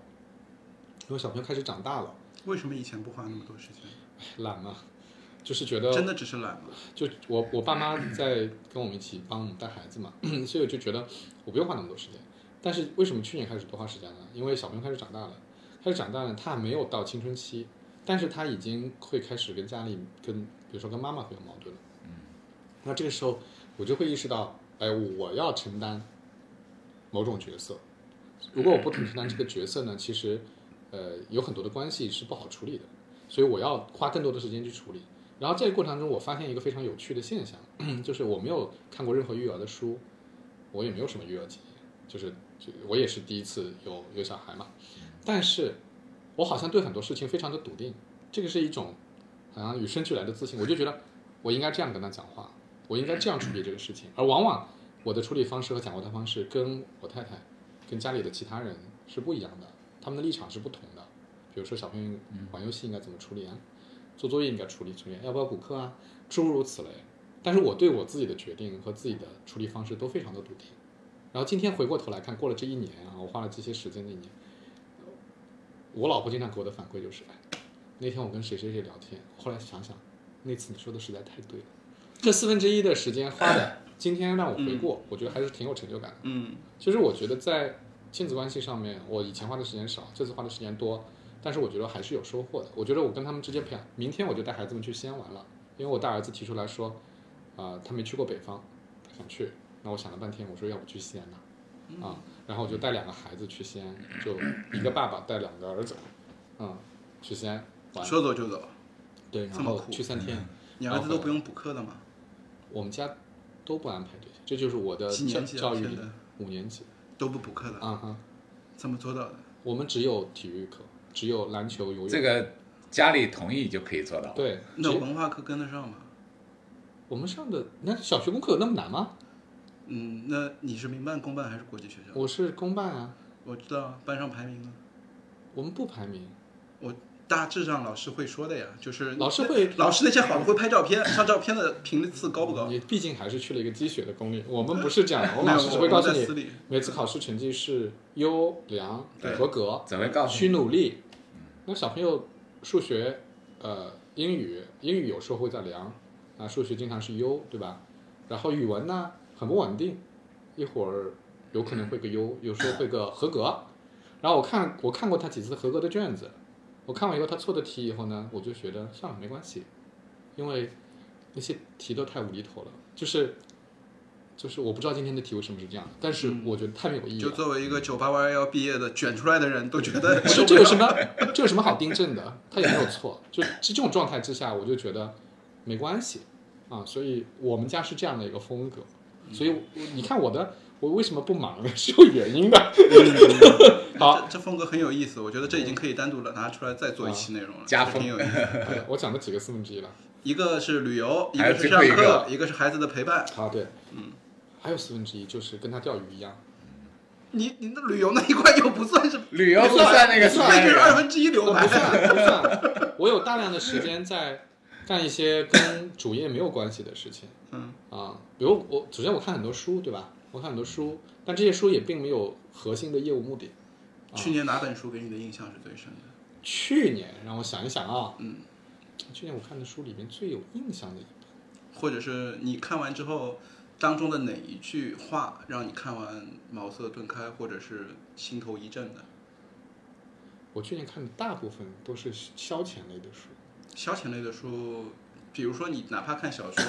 C: 因为小朋友开始长大了，
B: 为什么以前不花那么多时间？
C: 唉懒嘛，就是觉得
B: 真的只是懒吗？
C: 就我我爸妈在跟我们一起帮我们带孩子嘛，所以我就觉得我不用花那么多时间。但是为什么去年开始多花时间呢？因为小朋友开始长大了，开始长大了，他还没有到青春期，但是他已经会开始跟家里跟比如说跟妈妈会有矛盾了。那这个时候我就会意识到，哎，我要承担某种角色。如果我不承担这个角色呢，其实呃有很多的关系是不好处理的，所以我要花更多的时间去处理。然后这个过程当中，我发现一个非常有趣的现象， 就是我没有看过任何育儿的书，我也没有什么育儿经验，就是就我也是第一次有有小孩嘛，但是我好像对很多事情非常的笃定，这个是一种好像与生俱来的自信，我就觉得我应该这样跟他讲话，我应该这样处理这个事情，而往往我的处理方式和讲话的方式跟我太太、跟家里的其他人是不一样的，他们的立场是不同的。比如说小朋友玩游戏应该怎么处理啊，做作业应该处理处理，要不要补课啊，诸如此类。但是我对我自己的决定和自己的处理方式都非常的笃定。然后今天回过头来看，过了这一年啊，我花了这些时间的一年，我老婆经常给我的反馈就是，哎，那天我跟谁谁谁聊天，后来想想，那次你说的实在太对了。这四分之一的时间花的，今天让我回顾，我觉得还是挺有成就感的。
B: 嗯，
C: 其实我觉得在亲子关系上面，我以前花的时间少，这次花的时间多，但是我觉得还是有收获的。我觉得我跟他们之间培养，明天我就带孩子们去西安玩了，因为我大儿子提出来说，啊、他没去过北方，他想去。那我想了半天，我说要不去西安呐、啊，然后我就带两个孩子去西安，就一个爸爸带两个儿子，嗯，去西安玩，
B: 说走就走，
C: 对，
B: 这
C: 然
B: 么嗯
C: 后
B: 酷
C: 去三天，
B: 你儿子都不用补课的吗？
C: 我们家都不安排这些，这就是我的
B: 几
C: 呃教
B: 年级啊
C: 教育
B: 现
C: 理
B: 在嗯
C: 五年级
B: 都不补课的，
C: 啊哈。
B: 怎么做到的？
C: 我们只有体育课，只有篮球、游泳。
D: 这个家里同意就可以做到，
C: 对，
B: 那
C: 只有
B: 文化课跟得上吗？
C: 我们上的那小学功课有那么难吗？
B: 嗯，那你是民办、公办还是国际学校？
C: 我是公办啊，
B: 我知道班上排名呢，
C: 我们不排名。
B: 我大致上老师会说的呀，就是
C: 老师会
B: 老嗯师那些好的会拍照片，上照片的频次高不高？
C: 你毕竟还是去了一个积雪的公立，我们不是这 样的，嗯我
B: 没有
C: 们老师只会告诉
B: 我们在私立
C: 你，每次考试成绩是优良
B: 对、
C: 合格，
D: 怎么告诉
C: 需
D: 你？
C: 努力。那小朋友数学、呃英语，英语有时候会在良，啊数学经常是优，对吧？然后语文呢很不稳定，一会儿有可能会个优，有时候会个合格。然后我看我看过他几次合格的卷子，我看完以后他错的题以后呢，我就觉得算了没关系，因为那些题都太无厘头了，就是。就是我不知道今天的题为什么是这样的，但
D: 嗯
C: 是我觉得太没有意义了。
B: 就作为一个九八弯幺毕业的卷出来的人，都觉 得
C: 我说这有什么这有什么好订正的？他也没有错，就这种状态之下，我就觉得没关系啊。所以我们家是这样的一个风格，所以我你看我的我为什么不忙呢？ 是有原因的。嗯好，
B: 这这风格很有意思，我觉得这已经可以单独了拿出来再做一
C: 啊
B: 期内容了，
D: 加
B: 这
D: 风
B: 挺有意思。
C: 对哎我讲了几个四分之一了。
B: 一个是旅游，一
D: 还有
B: 个是
D: 最
B: 上
D: 后一
B: 课
D: 个，
B: 一个是孩子的陪伴。
C: 啊，对，嗯，还有四分之一就是跟他钓鱼一样，
B: 你你的旅游那一块又不算是，
D: 旅游不算那个四
B: 那
D: 分
B: 就
D: 之
B: 是
D: 一
B: 二分之一
C: 我
B: 留
C: 不
B: 白。
C: 算不算，我有大量的时间在干一些跟主业没有关系的事情。
B: 嗯
C: 啊，比如我首先我看很多书，对吧？我看很多书，但这些书也并没有核心的业务目的。啊
B: 去年哪本书给你的印象是最深的？
C: 去年让我想一想啊，
B: 嗯，
C: 去年我看的书里面最有印象的一本，
B: 或者是你看完之后，当中的哪一句话让你看完茅塞顿开，或者是心头一震的？
C: 我去年看的大部分都是消遣类的书。
B: 消遣类的书，比如说你哪怕看小说，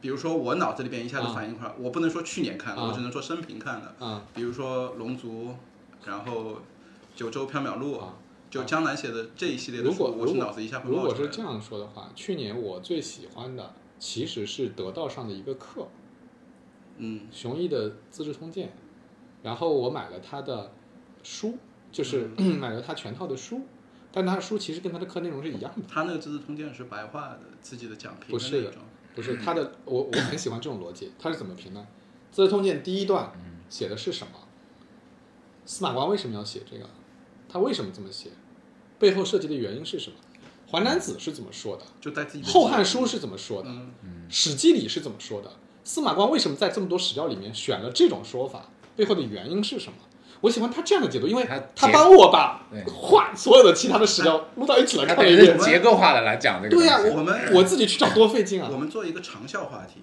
B: 比如说我脑子里边一下子反应过来，我不能说去年看的，
C: 啊
B: 我只能说生平看的，
C: 啊
B: 比如说《龙族》，然后《九州缥缈录》
C: 啊，
B: 就江南写的这一系列的
C: 如
B: 书，
C: 果
B: 我是
C: 如
B: 脑
C: 果
B: 子一下会
C: 如
B: 冒
C: 果
B: 出来的
C: 是这。样说的话，去年我最喜欢的其实是得道上的一个课，
B: 嗯，
C: 熊一的《资治通鉴》，然后我买了他的书，就是、
B: 嗯
C: 买了他全套的书，但他的书其实跟他的课内容是一样的。
B: 他那个《资治通鉴》是白话的，自己的讲评
C: 不是
B: 那
C: 的
B: 种。
C: 不是他的，我我很喜欢这种逻辑。他是怎么评呢？《资治通鉴》第一段写的是什么？司马光为什么要写这个？他为什么这么写？背后涉及的原因是什么？《淮南子》是怎么说的？
B: 就带自己
C: 《
B: 的
C: 后汉
B: 记忆
C: 书》是怎么说的？《
B: 嗯，
C: 史记》里是怎么说的？司马光为什么在这么多史料里面选了这种说法？背后的原因是什么？我喜欢他这样的解读，因为
D: 他
C: 他
D: 解
C: 帮我把
D: 对
C: 话所有的其他的史料录到一起来
D: 它
C: 看
D: 等
C: 了
D: 于
C: 一
D: 是
C: 遍。
D: 结构化的来讲这个东
C: 对
D: 西。
C: 呀、
B: 我们
C: 我我自己去找多费劲啊
B: 我！们做一个长效话题。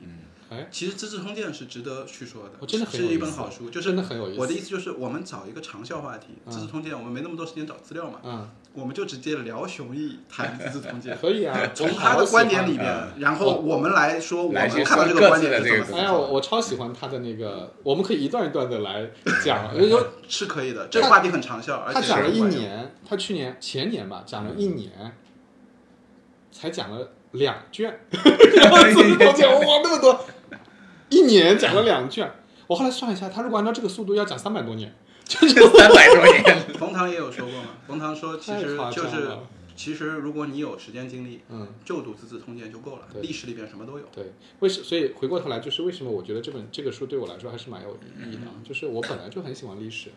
C: 哎，
B: 其实《资治通鉴》是值得去说的，
C: 我哦真的很有
B: 是一本
C: 意思
B: 好书，就是
C: 真的很有意思
B: 我的意思就是，我们找一个长效话题，
C: 嗯
B: 资治通鉴》我们没那么多时间找资料嘛，
C: 嗯。
B: 我们就直接聊熊毅谈《资治通鉴》。
C: 可以 啊，
B: 从
C: 我
B: 他
C: 好
B: 的
C: 喜
B: 观
C: 欢
B: 点里
C: 他
B: 面，然后我们来说，我
D: 来
B: 们
D: 去
B: 看到
D: 说
B: 这个
D: 各
B: 观
D: 自
B: 点
D: 的
B: 是
D: 这
B: 怎么想
D: 个
C: 哎
B: 的
C: 呀，我我超喜欢他的那个，我们可以一段一段的来 讲，因为
B: 是可以的。这个话题很长效，而且
C: 他讲了一
B: 是很嗯管用。
C: 年，他去年前年吧，讲了一年，才讲了两 卷，然后自己都讲哇那么多，一年讲了两卷，我后来算了一下，他如果按照这个速度要讲三百多年，就是
D: 三百多年，
B: 冯唐也有说过嘛，冯唐说 其实
C: 太夸
B: 就
C: 张
B: 是
C: 了，
B: 其实如果你有时间精力，
C: 嗯。
B: 就读《资治通鉴》就够了，
C: 对
B: 历史里边什么都有。
C: 对，为什所以回过头来，就是为什么我觉得这本这个书对我来说还是蛮有意义的啊，就是我本来就很喜欢历史，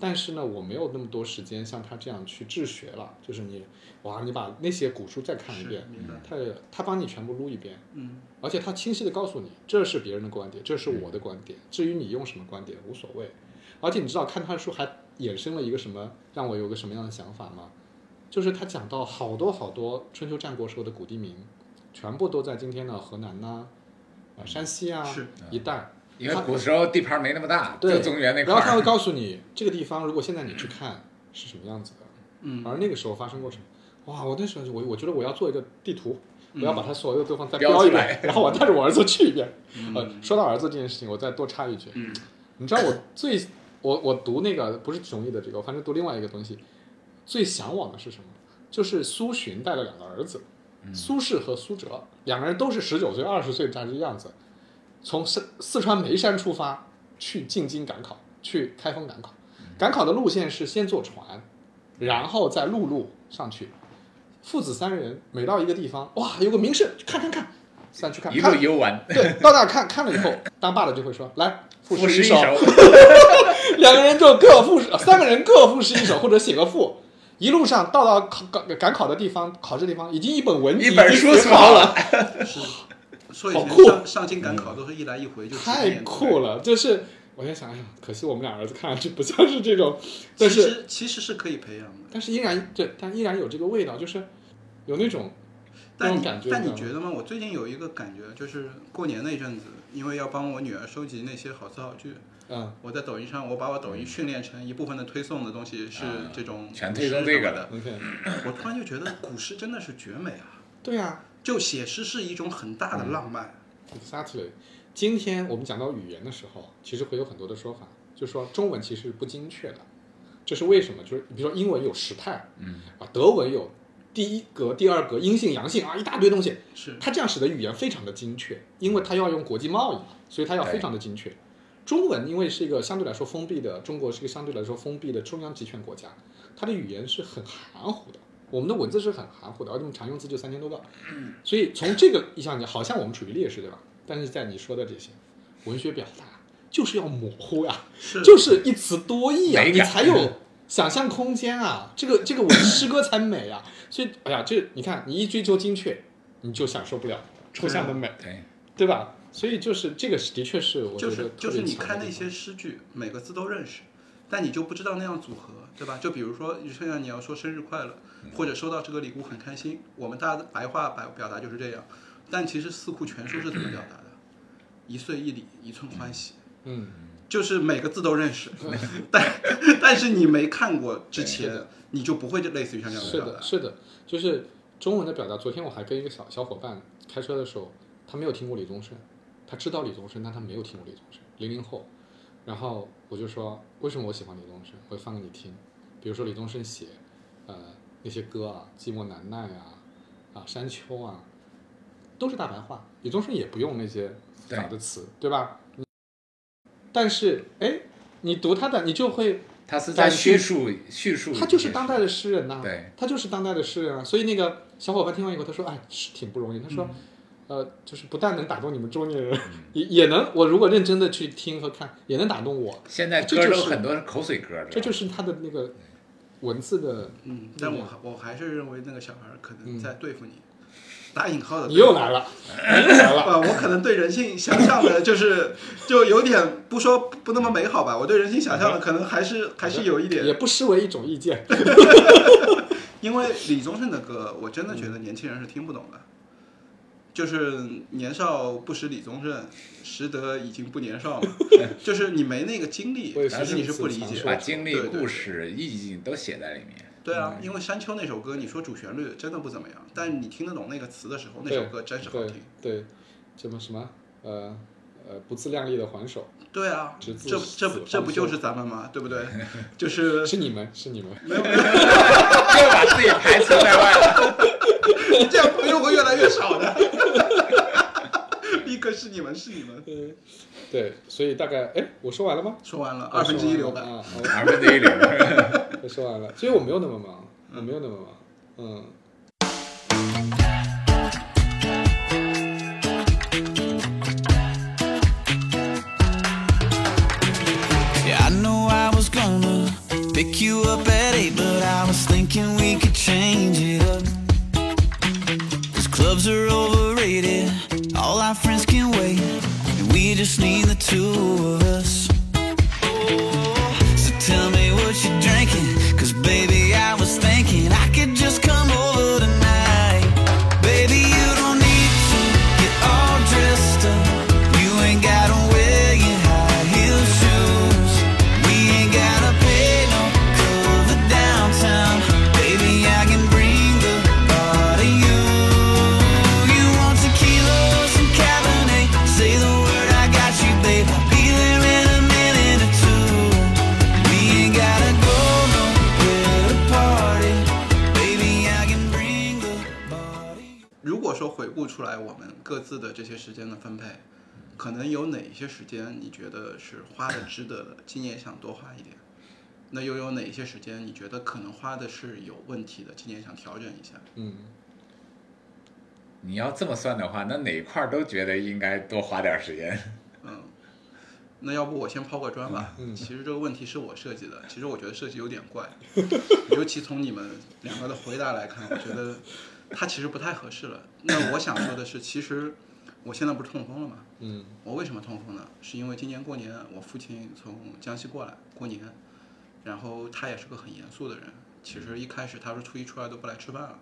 C: 但是呢，我没有那么多时间像他这样去治学了，就是你哇，你把那些古书再看一
B: 是
C: 遍，
B: 明白。
C: 他他帮你全部撸一遍，
B: 嗯，
C: 而且他清晰的告诉你，这是别人的观点，这是我的观点，至于你用什么观点无所谓。而且你知道看他的书还衍生了一个什么，让我有个什么样的想法吗？就是他讲到好多好多春秋战国时候的古地名，全部都在今天的河南呐、啊、山西啊
B: 是
C: 一带。
D: 因为古时候地盘没那么大，
C: 对
D: 就中原那
C: 然
D: 块
C: 后他会
D: 儿。
C: 告诉你这个地方，如果现在你去看是什么样子的，
B: 嗯
C: 而那个时候发生过什么？哇！我那时候就我我觉得我要做一个地图，
B: 嗯
C: 我要把它所有的地方再
D: 标
C: 标一
D: 出来
C: 遍，然后我带着我儿子去一遍。
B: 嗯
C: 呃，说到儿子这件事情，我再多插一句，
B: 嗯
C: 你知道我最我我读那个不是熊毅的这个，我反正读另外一个东西，最向往的是什么？就是苏洵带了两个儿子，
D: 嗯
C: 苏轼和苏辙，两个人都是十九岁、二十岁这样的样子，从四四川眉山出发去进京赶考，去开封赶考。
D: 嗯
C: 赶考的路线是先坐船，然后再陆路上去。父子三人每到一个地方，哇，有个名胜，看看看，三去看，
D: 一
C: 看
D: 路游玩，
C: 对，到那儿看看了以后，当爸的就会说：“来，赋
D: 赋
C: 诗
D: 诗
C: 首。
D: 首，”
C: 两个人就各赋诗，呃三个人各赋诗一首，或者写个赋。一路上到到考考赶考的地方，考试地方已经一本文集
D: 一本
C: 已经
D: 书
C: 写好
D: 好
C: 了，
B: 所以
C: 好
B: 以前
C: 酷
B: 上
C: 嗯
B: 上京赶考都是一来一回就十
C: 太
B: 年
C: 酷了。就是我在想，哎呀，可惜我们俩儿子看上去不像是这种，但
B: 其
C: 是
B: 实其实是可以培养的，
C: 但是依然对，但依然有这个味道，就是有那种那
B: 但
C: 种
B: 你
C: 感觉。
B: 但你觉
C: 知道吗
B: 得吗？我最近有一个感觉，就是过年那阵子，因为要帮我女儿收集那些好词好句，
C: 嗯
B: 我在抖音上，我把我抖音训练成一部分的推送的东西是
C: 啊
D: 嗯
B: 这种
D: 全
B: 古
D: 推送
B: 诗
D: 这
B: 什么
D: 个
B: 的。
C: ，OK，
B: 我突然就觉得古诗真的是绝美啊！
C: 对啊
B: 就写诗是一种很大
C: 嗯
B: 的浪漫。
C: ，exactly。今天我们讲到语言的时候，其实会有很多的说法，就说中文其实是不精确的，这是为什么？就是比如说英文有时态，
D: 嗯，
C: 啊，德文有第一格、第二格、阴性、阳性啊，一大堆东西，
B: 是
C: 它这样使得语言非常的精确，因为它要用国际贸易嘛，所以它要非常的精确。中文因为是一个相对来说封闭的，中国是一个相对来说封闭的中央集权国家，它的语言是很含糊的，我们的文字是很含糊的，而且我们常用字就三千多个，所以从这个意义上讲，好像我们处于劣势，对吧？但是在你说的这些文学表达，就是要模糊呀、
B: 是，
C: 就是一词多义啊，
D: 美
C: 你
D: 感
C: 才有想象空间啊，这个这个我诗歌才美啊。 所以，哎呀，这你看，你一追求精确，你就享受不了抽象的美，
B: 嗯
D: 对，
C: 对吧？所以就是这个是的确是我
B: 就
C: 觉得
B: 是
C: 特别
B: 就是你
C: 强的
B: 看
C: 地
B: 那
C: 方
B: 些诗句，每个字都认识，但你就不知道那样组合，对吧？就比如说，就像你要说生日快乐，或者收到这个礼物很开心，我们大家白话白表达就是这样，但其实《四库全书》是怎么表达的？一岁一礼，一寸欢喜，
C: 嗯，
B: 就是每个字都认 识，但但是你没看过之
C: 是
B: 前
C: 的，
B: 你就不会就类似于像这样
C: 是
B: 表达
C: 的，。是的，就是中文的表达。昨天我还跟一个小小伙伴开车的时候，他没有听过李宗盛，他知道李宗盛，但他没有听过李宗盛，零零后。然后我就说，为什么我喜欢李宗盛？我放给你听，比如说李宗盛写，呃，那些歌啊，《寂寞难耐》啊，啊，《山丘》啊，都是大白话。李宗盛也不用那些
D: 对
C: 杂的词，对吧？你但是，哎，你读他的，你就会
D: 他是
C: 在
D: 在
C: 叙
D: 叙述叙述，
C: 他就是当代的诗人呐、
D: 对，
C: 他就是当代的诗人啊。所以那个小伙伴听完以后，他说：“哎，是挺不容易。”他说：“
B: 嗯
C: 呃，就是不但能打动你们中年人，也也能我如果认真的去听和看，也能打动我。
D: 现在
C: 这
D: 歌
C: 就
D: 都
C: 是
D: 很多是口水歌，
C: 这就是是他的那个文字的，嗯
B: 嗯，但我还我还是认为那个小孩儿可能在对付你，打引号的。
C: 你又来了，你又 来了。
B: 啊，我可能对人性想象的，就是就有点不说不不那么美好吧。我对人性想象的可能还是还是有一
C: 也
B: 点，
C: 不失为一种意见。
B: 因为李宗盛的歌，我真的觉得年轻人是听不懂的。就是年少不识李宗盛，识得已经不年少 嘛。就是你没那个经历
C: 我也，是
B: 其实你是不理
C: 这么
B: 解
C: 想
D: 把
B: 的。
D: 经历、
B: 对对对
D: 故事、意境都写在里面。
B: 对啊，
C: 嗯
B: 因为《山丘》那首歌，你说主旋律真的不怎么样，但你听得懂那个词的时候，那首歌真是好
C: 对
B: 听。
C: 对，什么什么呃呃不自量力的还手，
B: 对啊，
C: 直
B: 这
C: 自
B: 这
C: 死
B: 这不
C: 方
B: 就是
C: 休
B: 咱们吗？对不 对？就是
C: 是你们是你们。
D: 又把自己排斥在外 了。
B: 这样朋友会越来越少 的。立刻是你们，是你们。
C: 嗯，对，所以大概哎，我说完了吗？
B: 说完了，二分之一留白。
C: 啊。好
D: 二分之一流，
C: 我说完了，所以我没有那么忙，我没有那么忙，嗯。
E: Yeah, I know I was gonna pick you up at eight, but I was thinking we could change it up. Cause clubs are overrated, all our friends can wait, and we just need the two of us. So tell me what you're drinking, cause baby, I was thinking I could just come over tonight. Baby, you don't need to get all dressed up. You ain't gotta wear your high heel shoes. We ain't gotta pay no cover downtown. Baby, I can bring the bar to you. You want tequila, or some Cabernet? Say the word, I got you, babe. I'll be there in a minute or two. We ain't gotta go nowhere to party. Baby, I can bring the bar to you.
B: 如果说回顾出来我们各自的这些时间的分配，可能有哪一些时间你觉得是花的值得的，今年想多花一点？那又有哪一些时间你觉得可能花的是有问题的，今年想调整一下？
C: 嗯，
D: 你要这么算的话，那哪一块儿都觉得应该多花点时间。
B: 嗯，那要不我先抛个砖吧。
C: 嗯
B: 其实这个问题是我设计的，其实我觉得设计有点怪，尤其从你们两个的回答来看，我觉得它其实不太合适了。那我想说的是，其实我现在不是痛风了吗？
C: 嗯
B: 我为什么痛风呢？是因为今年过年我父亲从江西过来过年，然后他也是个很严肃的人。其实一开始他说初一初二都不来吃饭了，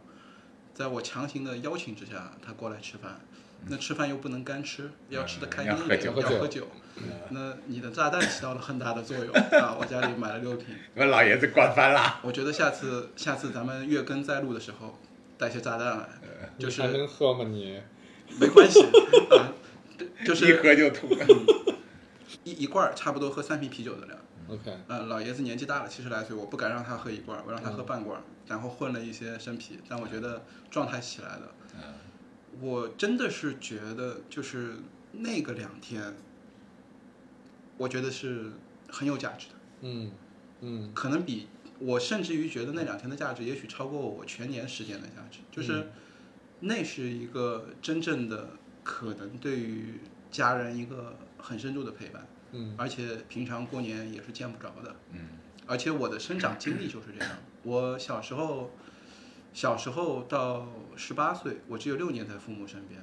B: 在我强行的邀请之下，他过来吃饭。那吃饭又不能干吃，要吃的开心一点，
D: 嗯
B: 要
D: 要喝酒
B: 喝酒。那你的炸弹起到了很大的作用啊！我家里买了六瓶，
D: 我老爷子惯翻了。
B: 我觉得下次下次咱们月更再录的时候带些炸弹来，
D: 呃
B: 就
C: 你还
B: 是
C: 能喝吗你？
B: 没关系啊，就是
D: 一喝就吐。
B: 一一罐儿差不多喝三瓶啤酒的量。
C: OK，
B: 呃，老爷子年纪大了，七十来岁，我不敢让他喝一罐儿，我让他喝半罐儿，然后混了一些生啤，但我觉得状态起来了。我真的是觉得，就是那个两天，我觉得是很有价值的，
C: 嗯嗯
B: 可能比我甚至于觉得那两天的价值，也许超过我全年时间的价值。就是那是一个真正的可能对于家人一个很深度的陪伴，
C: 嗯
B: 而且平常过年也是见不着的。
D: 嗯
B: 而且我的生长经历就是这样。我小时候，小时候到十八岁，我只有六年在父母身边。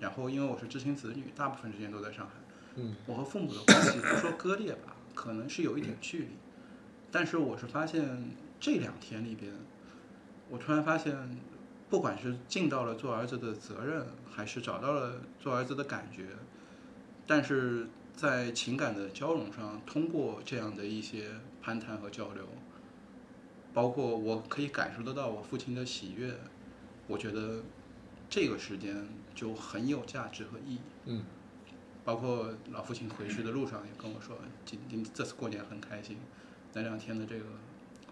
B: 然后因为我是知青子女，大部分时间都在上海。
C: 嗯
B: 我和父母的关系不说割裂吧，可能是有一点距离。但是我是发现这两天里边，我突然发现，不管是尽到了做儿子的责任，还是找到了做儿子的感觉，但是在情感的交融上，通过这样的一些攀谈和交流，包括我可以感受得到我父亲的喜悦，我觉得这个时间就很有价值和意义。
C: 嗯
B: 包括老父亲回去的路上也跟我说，今今这次过年很开心，那两天的这个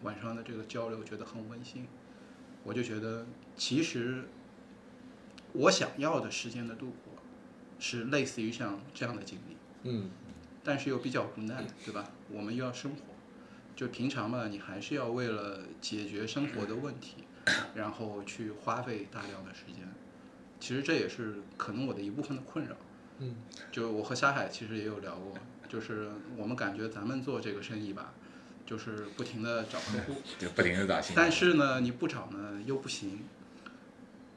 B: 晚上的这个交流觉得很温馨，我就觉得其实我想要的时间的度过是类似于像这样的经历，
C: 嗯
B: 但是又比较无奈，对吧？我们又要生活，就平常嘛，你还是要为了解决生活的问题，然后去花费大量的时间，其实这也是可能我的一部分的困扰。
C: 嗯
B: 就我和沙海其实也有聊过，就是我们感觉咱们做这个生意吧，就是不停的找客户，
D: 就不停的找新人。
B: 但是呢，你不找呢又不行，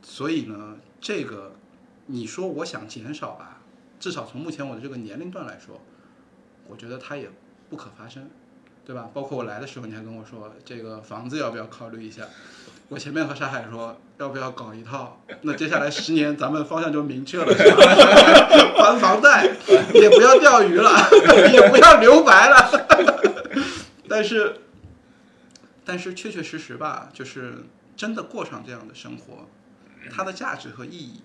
B: 所以呢，这个你说我想减少吧，至少从目前我的这个年龄段来说，我觉得它也不可发生，对吧？包括我来的时候，你还跟我说这个房子要不要考虑一下。我前面和沙海说要不要搞一套，那接下来十年咱们方向就明确了，是吧还房贷，也不要钓鱼了，也不要留白了。但是但是确确实实吧，就是真的过上这样的生活，它的价值和意义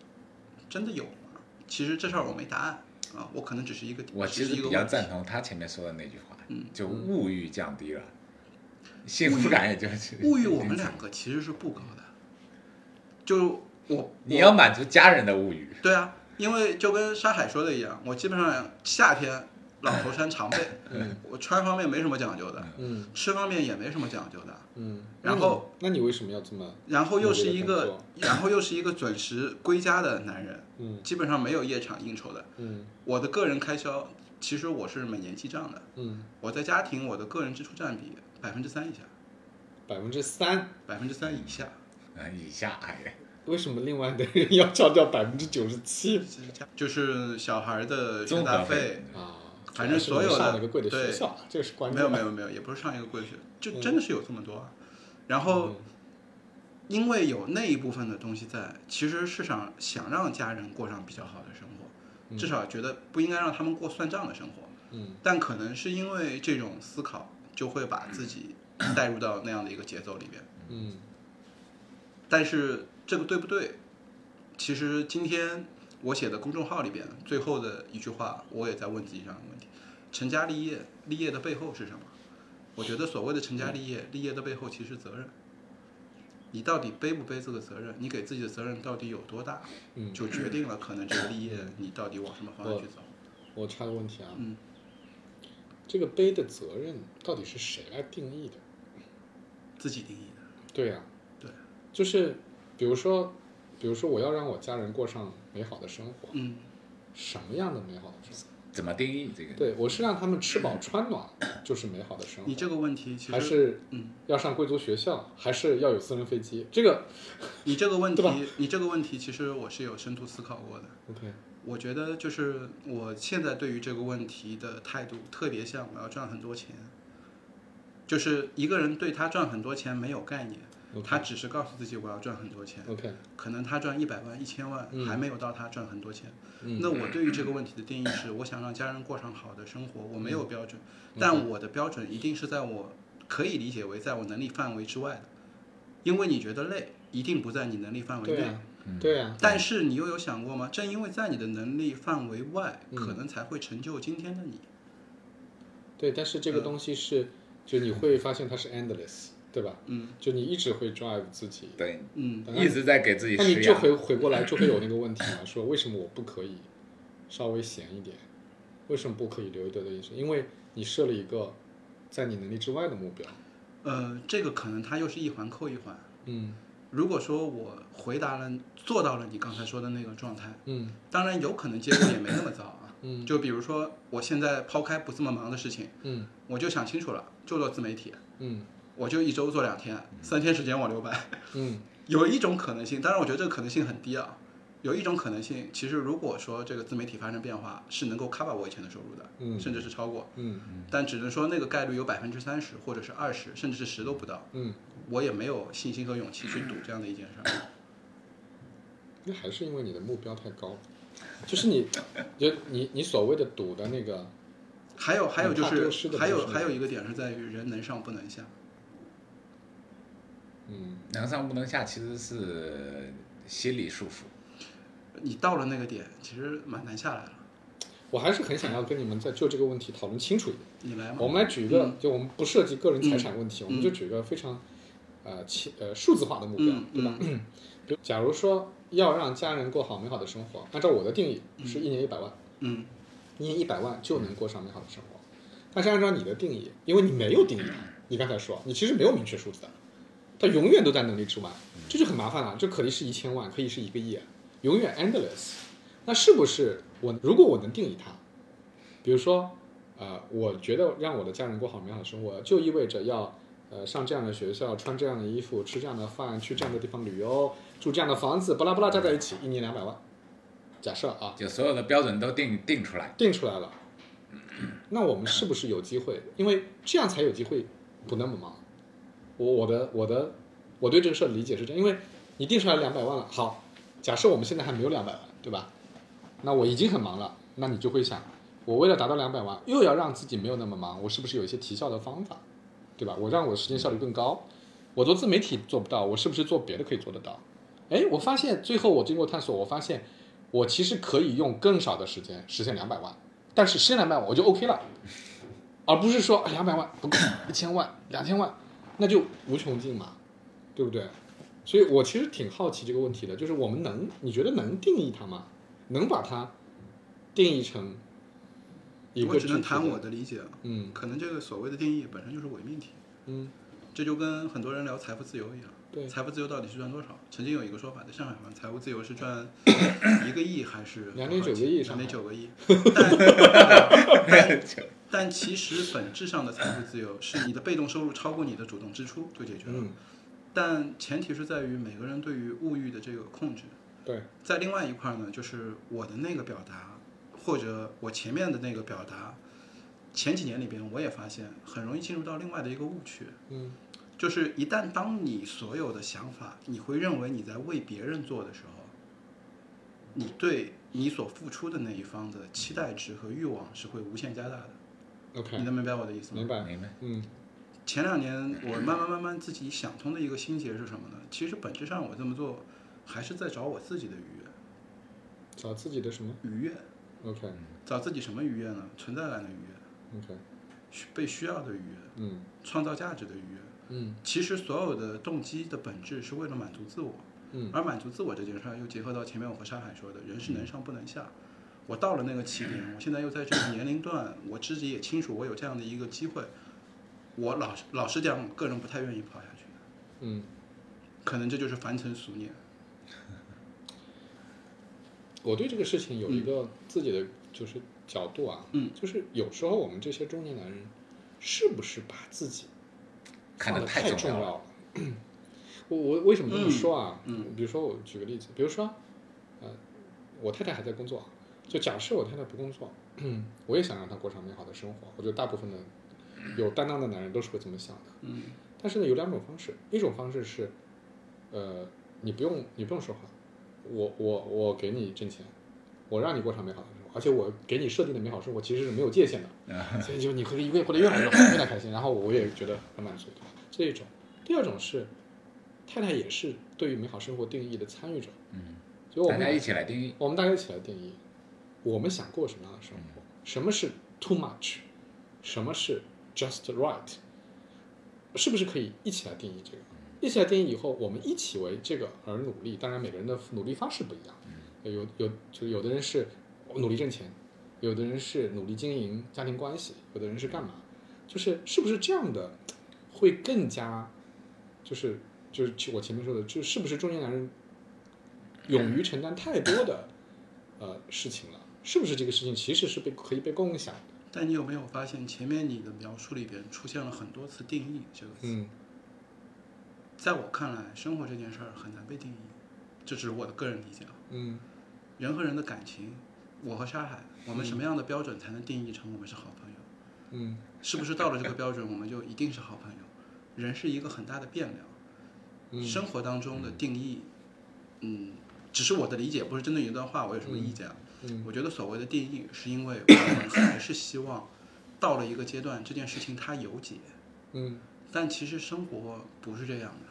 B: 真的有吗？其实这事儿我没答案啊，我可能只是一个，
D: 我其
B: 只
D: 实
B: 是一个
D: 比较
B: 问题
D: 赞同他前面说的那句话
B: 嗯，
D: 就物欲降低了，幸福感也就
B: 物欲，我们两个其实是不高的，就我
D: 你要满足家人的物欲，
B: 对啊，因为就跟沙海说的一样，我基本上夏天老头衫常备，
C: 嗯
B: 我穿方面没什么讲究的，
C: 嗯
B: 吃方面也没什么讲究的，
C: 嗯。
B: 然后
C: 那你，那你为什么要这么？
B: 然后又是一
C: 努力地
B: 个
C: 工作
B: 然后又是一个准时归家的男人，
C: 嗯
B: 基本上没有夜场应酬的。
C: 嗯
B: 我的个人开销其实我是每年记账的，
C: 嗯，
B: 我在家庭我的个人支出占比百分之三以下，
C: 百分之三。
B: 百分之三以下，
D: 嗯，以下哎，
C: 为什么另外的人要占掉百分之九十七
B: 就是小孩的学
D: 综
B: 杂
D: 合
B: 费。
C: 啊？
B: 反正所有的
C: 主要是你上了一个贵的学
B: 对
C: 校，这个是关键。
B: 没有没有没有，也不是上一个规矩，就真的是有这么多啊。然后
C: 嗯，
B: 因为有那一部分的东西在，其实市场想让家人过上比较好的生活，至少觉得不应该让他们过算账的生活。
C: 嗯
B: 但可能是因为这种思考，就会把自己带入到那样的一个节奏里边。
C: 嗯
B: 但是这个对不对？其实今天我写的公众号里边最后的一句话，我也在问自己这样的问题：成家立业，立业的背后是什么？我觉得所谓的成家立业，立业的背后其实责任。你到底背不背这个责任？你给自己的责任到底有多大，
C: 嗯，
B: 就决定了可能这个立业你到底往什么方向去走。
C: 我插个问题啊，
B: 嗯，
C: 这个背的责任到底是谁来定义的？
B: 自己定义的。
C: 对呀、
B: 对，
C: 就是比如说，比如说我要让我家人过上美好的生活，
B: 嗯，
C: 什么样的美好的生活？
D: 怎么定义这个？
C: 对我是让他们吃饱穿暖，就是美好的生活。
B: 你这个问题其实
C: 嗯还是
B: 嗯
C: 要上贵族学校，还是要有私人飞机？这个
B: 你这个问
C: 对吧
B: 题，你这个问题其实我是有深度思考过的。
C: OK，
B: 我觉得就是我现在对于这个问题的态度，特别像我要赚很多钱，就是一个人对他赚很多钱没有概念
C: OK
B: 他只是告诉自己我要赚很多钱
C: OK，
B: 可能他赚一百万、一千万，
C: 嗯
B: 还没有到他赚很多钱。
C: 嗯
B: 那我对于这个问题的定义是，我想让家人过上好的生活，我没
C: 嗯
B: 有标准，但我的标准一定是在我可以理解为在我能力范围之外的，因为你觉得累，一定不在你能力范围
C: 对啊
B: 内。
C: 呀、对呀、
B: 但是你又有想过吗？正因为在你的能力范围外，
C: 嗯
B: 可能才会成就今天的你。
C: 对，但是这
B: 嗯
C: 个东西是，就你会发现它是 endless，对吧？
B: 嗯，
C: 就你一直会 drive 自己，
D: 对，
B: 嗯，
C: 当然
D: 一直在给自己
C: 那你
D: 施
C: 就
B: 啊
D: 压。
C: 回回过来就会有那个问题嘛，说为什么我不可以稍微闲一点？为什么不可以留一点的饮食？因为你设了一个在你能力之外的目标。
B: 呃，这个可能它又是一环扣一环。
C: 嗯
B: 如果说我回答了，做到了你刚才说的那个状态，
C: 嗯
B: 当然有可能结果也没那么糟啊。
C: 嗯
B: 就比如说，我现在抛开不这么忙的事情，
C: 嗯
B: 我就想清楚了，就做自媒体，
C: 嗯
B: 我就一周做两天，三天时间我留白。
C: 嗯
B: 有一种可能性，当然我觉得这个可能性很低啊。有一种可能性，其实如果说这个自媒体发生变化，是能够 cover 我以前的收入的，
C: 嗯
B: 甚至是超过，
C: 嗯
B: 但只能说那个概率有百分之三十，或者是二十，甚至是十都不到。
C: 嗯，
B: 我也没有信心和勇气去赌这样的一件事儿。
C: 那还是因为你的目标太高了，就是你，就你你所谓的赌的那个，
B: 还有还有就
C: 很怕丢失
B: 是，
C: 的
B: 还有
C: 东西
B: 还有一个点是在于人能上不能下。
C: 嗯
D: 能上不能下其实是心理束缚。
B: 你到了那个点，其实蛮难下来了。
C: 我还是很想要跟你们再就这个问题讨论清楚一点。
B: 你来
C: 我
B: 嘛，
C: 们来举一个
B: 嗯，
C: 就我们不涉及个人财产问题，
B: 嗯
C: 我们就举一个非常，呃，其呃数字化的目标，
B: 嗯
C: 对吧？就假如说要让家人过好美好的生活，按照我的定义是一年一百万，
B: 嗯
C: 一年一百万就能过上美好的生活。但是按照你的定义，因为你没有定义，你刚才说你其实没有明确数字的，它永远都在能力之外，这就很麻烦了。这可以是一千万，可以是一个亿，永远 endless。那是不是我如果我能定义它，比如说，呃，我觉得让我的家人过好美好的生活，就意味着要呃上这样的学校，穿这样的衣服，吃这样的饭，去这样的地方旅游，住这样的房子，巴拉巴拉加在一起，一年两百万，假设啊，
D: 就所有的标准都定定出来，
C: 定出来了，那我们是不是有机会？因为这样才有机会不那么忙。我我的我的我对这个事儿的理解是这样，因为你定出来两百万了，好，假设我们现在还没有两百万，对吧？那我已经很忙了，那你就会想，我为了达到两百万，又要让自己没有那么忙，我是不是有一些提效的方法，对吧？我让我的时间效率更高。我做自媒体做不到，我是不是做别的可以做得到？哎，我发现最后我经过探索，我发现我其实可以用更少的时间实现两百万，但是实现两百万我就 OK 了，而不是说哎两百万不够，一千万、两千万，那就无穷尽嘛，对不对？所以我其实挺好奇这个问题的，就是我们能，你觉得能定义它吗？能把它定义成一个
B: 我只能
C: 具体
B: 谈
C: 的
B: 我的理解啊，
C: 嗯
B: 可能这个所谓的定义本身就是伪命题。
C: 嗯
B: 这就跟很多人聊财富自由一样。
C: 对
B: 财富自由到底是赚多少？曾经有一个说法，在上海好像财富自由是 赚一个亿还是
C: 2.9个亿
B: 两
C: 上
B: 点
C: 海
B: 九个 亿。但但但其实本质上的财富自由是你的被动收入超过你的主动支出就解决了。
C: 嗯，
B: 但前提是在于每个人对于物欲的这个控制。
C: 对，
B: 在另外一块儿呢，就是我的那个表达，或者我前面的那个表达，前几年里边我也发现很容易进入到另外的一个误区。
C: 嗯
B: 就是一旦当你所有的想法，你会认为你在为别人做的时候，你对你所付出的那一方的期待值和欲望是会无限加大的。
C: ，OK，
B: 你能明白我的意思吗？
C: 明。白，
D: 明白？
C: 嗯
B: 前两年我慢慢慢慢自己想通的一个心结是什么呢？其实本质上我这么做，还是在找我自己的愉
C: 找自己的什么
B: 悦，愉悦，
C: ？OK
B: 找自己什么愉悦呢？存在感的愉悦，
C: OK，
B: 需被需要的愉悦，
C: 嗯
B: 创造价值的愉悦。
C: 嗯
B: 其实所有的动机的本质是为了满足自我。
C: 嗯
B: 而满足自我这件事儿，又结合到前面我和沙海说的，人是能上不能下。我到了那个起点，我现在又在这个年龄段，我自己也清楚我有这样的一个机会。我老实老实讲，我个人不太愿意跑下去，
C: 嗯，
B: 可能这就是凡尘俗念。
C: 我对这个事情有一个自己的就是角度啊，
B: 嗯
C: 就是有时候我们这些中年男人，是不是把自己
D: 看
C: 得
D: 得
C: 太
D: 太
C: 重
D: 重
C: 要
D: 要
C: 了？我我为什么这么
B: 嗯
C: 说啊？
B: 嗯
C: 比如说我举个例子，比如说，呃，我太太还在工作，啊就假设我太太不工作， 我也想让她过上美好的生活。我觉得大部分的有担当的男人都是会这么想的。
B: 嗯
C: 但是呢，有两种方式，一种方式是，呃，你不用你不用说话，我我我给你挣钱，我让你过上美好的生活，而且我给你设定的美好生活其实是没有界限的，所以就你会一个月过得越来越好，越来越开心，然后我也觉得很满足，对吧这一种。第二种是，太太也是对于美好生活定义的参与者，
D: 嗯，
C: 所以我
D: 大
C: 们
D: 家一起来定义，
C: 我们大家一起来定义，我们想过什么样的生活？什么是 too much？什么是 just right？是不是可以一起来定义这个？一起来定义以后，我们一起为这个而努力。当然，每个人的努力方式不一样，有有就有的人是努力挣钱，有的人是努力经营家庭关系，有的人是干嘛？就是是不是这样的，会更加就是就是我前面说的，就是是不是中年男人勇于承担太多的呃事情了？是不是这个事情其实是被可以被共享的？
B: 但你有没有发现，前面你的描述里边出现了很多次“定义”这个词？
C: 嗯
B: 在我看来，生活这件事儿很难被定义，这只是我的个人理解啊。
C: 嗯
B: 人和人的感情，我和沙海，我们什么样的标准才能定义成我们是好朋友？
C: 嗯
B: 是不是到了这个标准，我们就一定是好朋友？人是一个很大的变量，
C: 嗯，
B: 生活当中的定义，嗯，只是我的理解，不是针对你一段话，我有什么意见啊？
C: 嗯
B: 我觉得所谓的定义，是因 为我们还是希望到了一个阶段，这件事情它有解，
C: 嗯
B: 但其实生活不是这样的，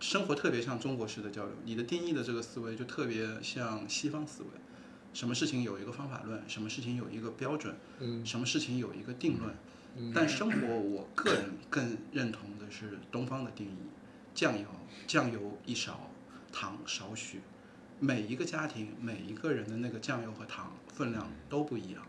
B: 生活特别像中国式的交流，你的定义的这个思维就特别像西方思维，什么事情有一个方法论，什么事情有一个标准，
C: 嗯
B: 什么事情有一个定论。
C: 嗯
B: 但生活，我个人更认同的是东方的定义：酱油，酱油一勺，糖少许。每一个家庭，每一个人的那个酱油和糖分量都不一样，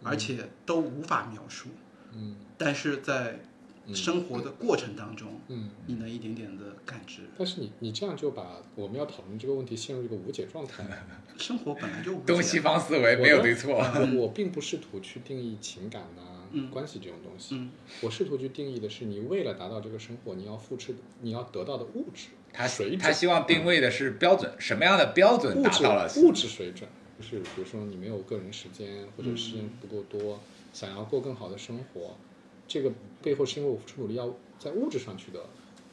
D: 嗯
B: 而且都无法描述。
C: 嗯
B: 但是在
C: 嗯
B: 生活的过程当中，
C: 嗯。
B: 你能一点点的感知，
C: 但是你你这样就把我们要讨论这个问题陷入一个无解状态。
B: 生活本来就无
D: 东西
B: 解。
D: 方思维没有对错，
C: 我我并不试图去定义情感呐、
B: 嗯
C: 关系这种东西，
B: 嗯，
C: 我试图去定义的是你为了达到这个生活，你要付出的，你要得到的物质，
D: 他
C: 水准，
D: 他希望定位的是标准，什么样的标准
C: 物
D: 达
C: 质
D: 到了
C: 物质水准，就是比如说你没有个人时间，或者时
D: 嗯
C: 间不够多，想要过更好的生活，这个背后是因为我付出努力要在物质上取得，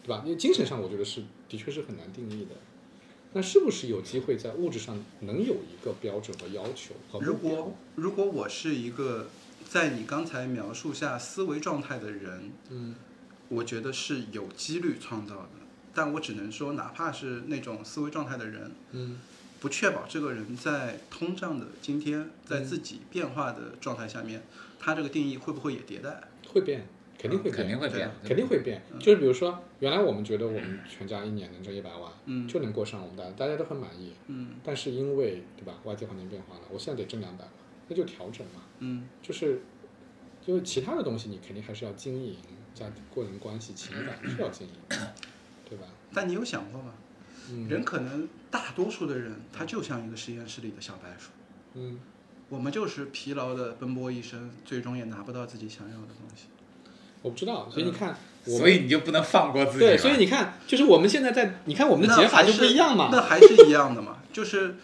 C: 对吧？因为精神上我觉得是的确是很难定义的。那是不是有机会在物质上能有一个标准和要求和目
B: 如
C: 标
B: 果如果我是一个在你刚才描述下思维状态的人，
C: 嗯
B: 我觉得是有几率创造的，但我只能说，哪怕是那种思维状态的人，
C: 嗯
B: 不确保这个人在通胀的今天，在
C: 嗯
B: 自己变化的状态下面，他这个定义会不会也迭代？
C: 会变，肯定会变，
D: 嗯肯定会
B: 对
D: 嗯变
B: 啊，
C: 肯定会变。就是比如说，原来我们觉得我们全家一年能挣一百万，
B: 嗯
C: 就能过上我们大家大家都很满意。
B: 嗯
C: 但是因为对吧，外界环境变化了，我现在得挣两百万，那就调整嘛。
B: 嗯
C: 就是就是其他的东西，你肯定还是要经营家庭个人关系、情感是要经营 的，对吧？
B: 但你有想过吗？
C: 嗯
B: 人可能大多数的人，他就像一个实验室里的小白鼠，
C: 嗯，
B: 我们就是疲劳的奔波一生，最终也拿不到自己想要的东西。
C: 我不知道，
B: 嗯
C: 所以你看，我
D: 所以你就不能放过自己。
C: 对，所以你，看，就是我们现在在，你看我们的
B: 那
C: 解法
B: 还
C: 就是不一样嘛。
B: 那还是一样的嘛。就是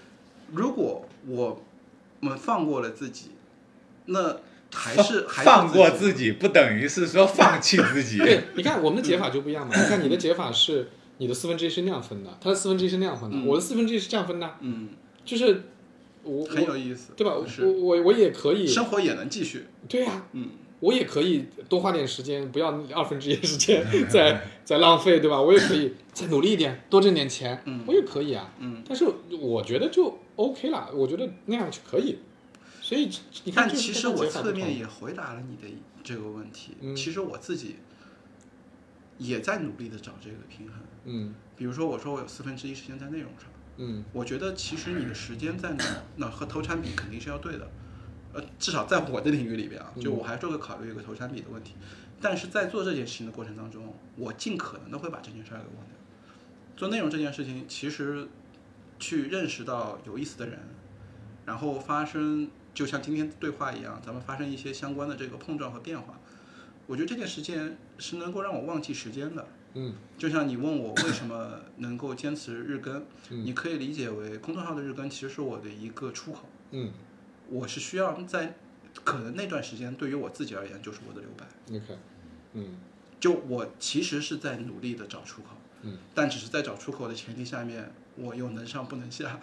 B: 如果我我们放过了自己，那还是还是
D: 放过
B: 自己
D: 自己不等于是说放弃自己。
C: 对，你看我们的解法就不一样嘛。你看你的解法是你的四分之一是那样分的，他的四分之一是那样分的，
B: 嗯
C: 我的四分之一是这样分的，
B: 嗯，
C: 就是我
B: 很有
C: 我
B: 意思，
C: 对吧？我
B: 是
C: 我我也可以，
B: 生活也能继续，
C: 对呀、
B: 嗯，
C: 我也可以多花点时间，不要二分之一时 间再再浪费，对吧？我也可以再努力一点，多挣点钱，
B: 嗯
C: 我也可以啊。
B: 嗯
C: 但是我觉得就 OK 啦，我觉得那样就可以。所以你看，
B: 但
C: 就是
B: 其实
C: 这个
B: 我
C: 解法不
B: 侧
C: 同
B: 面也回答了你的这个问题。
C: 嗯
B: 其实我自己也在努力的找这个平衡。
C: 嗯
B: 比如说，我说我有四分之一时间在内容上，
C: 嗯
B: 我觉得其实你的时间在哪哪和投产比肯定是要对的，呃，至少在我的领域里边啊，就我还是会考虑一个投产比的问题。但是在做这件事情的过程当中，我尽可能的会把这件事儿给忘掉。做内容这件事情，其实去认识到有意思的人，然后发生就像今天对话一样，咱们发生一些相关的这个碰撞和变化。我觉得这件事情是能够让我忘记时间的。
C: 嗯，
B: 就像你问我为什么能够坚持日更，
C: 嗯
B: 你可以理解为公众号的日更其实是我的一个出口。
C: 嗯
B: 我是需要在可能那段时间对于我自己而言就是我的留白。
C: ，OK，嗯
B: 就我其实是在努力的找出口，
C: 嗯，
B: 但只是在找出口的前提下面，我又能上不能下。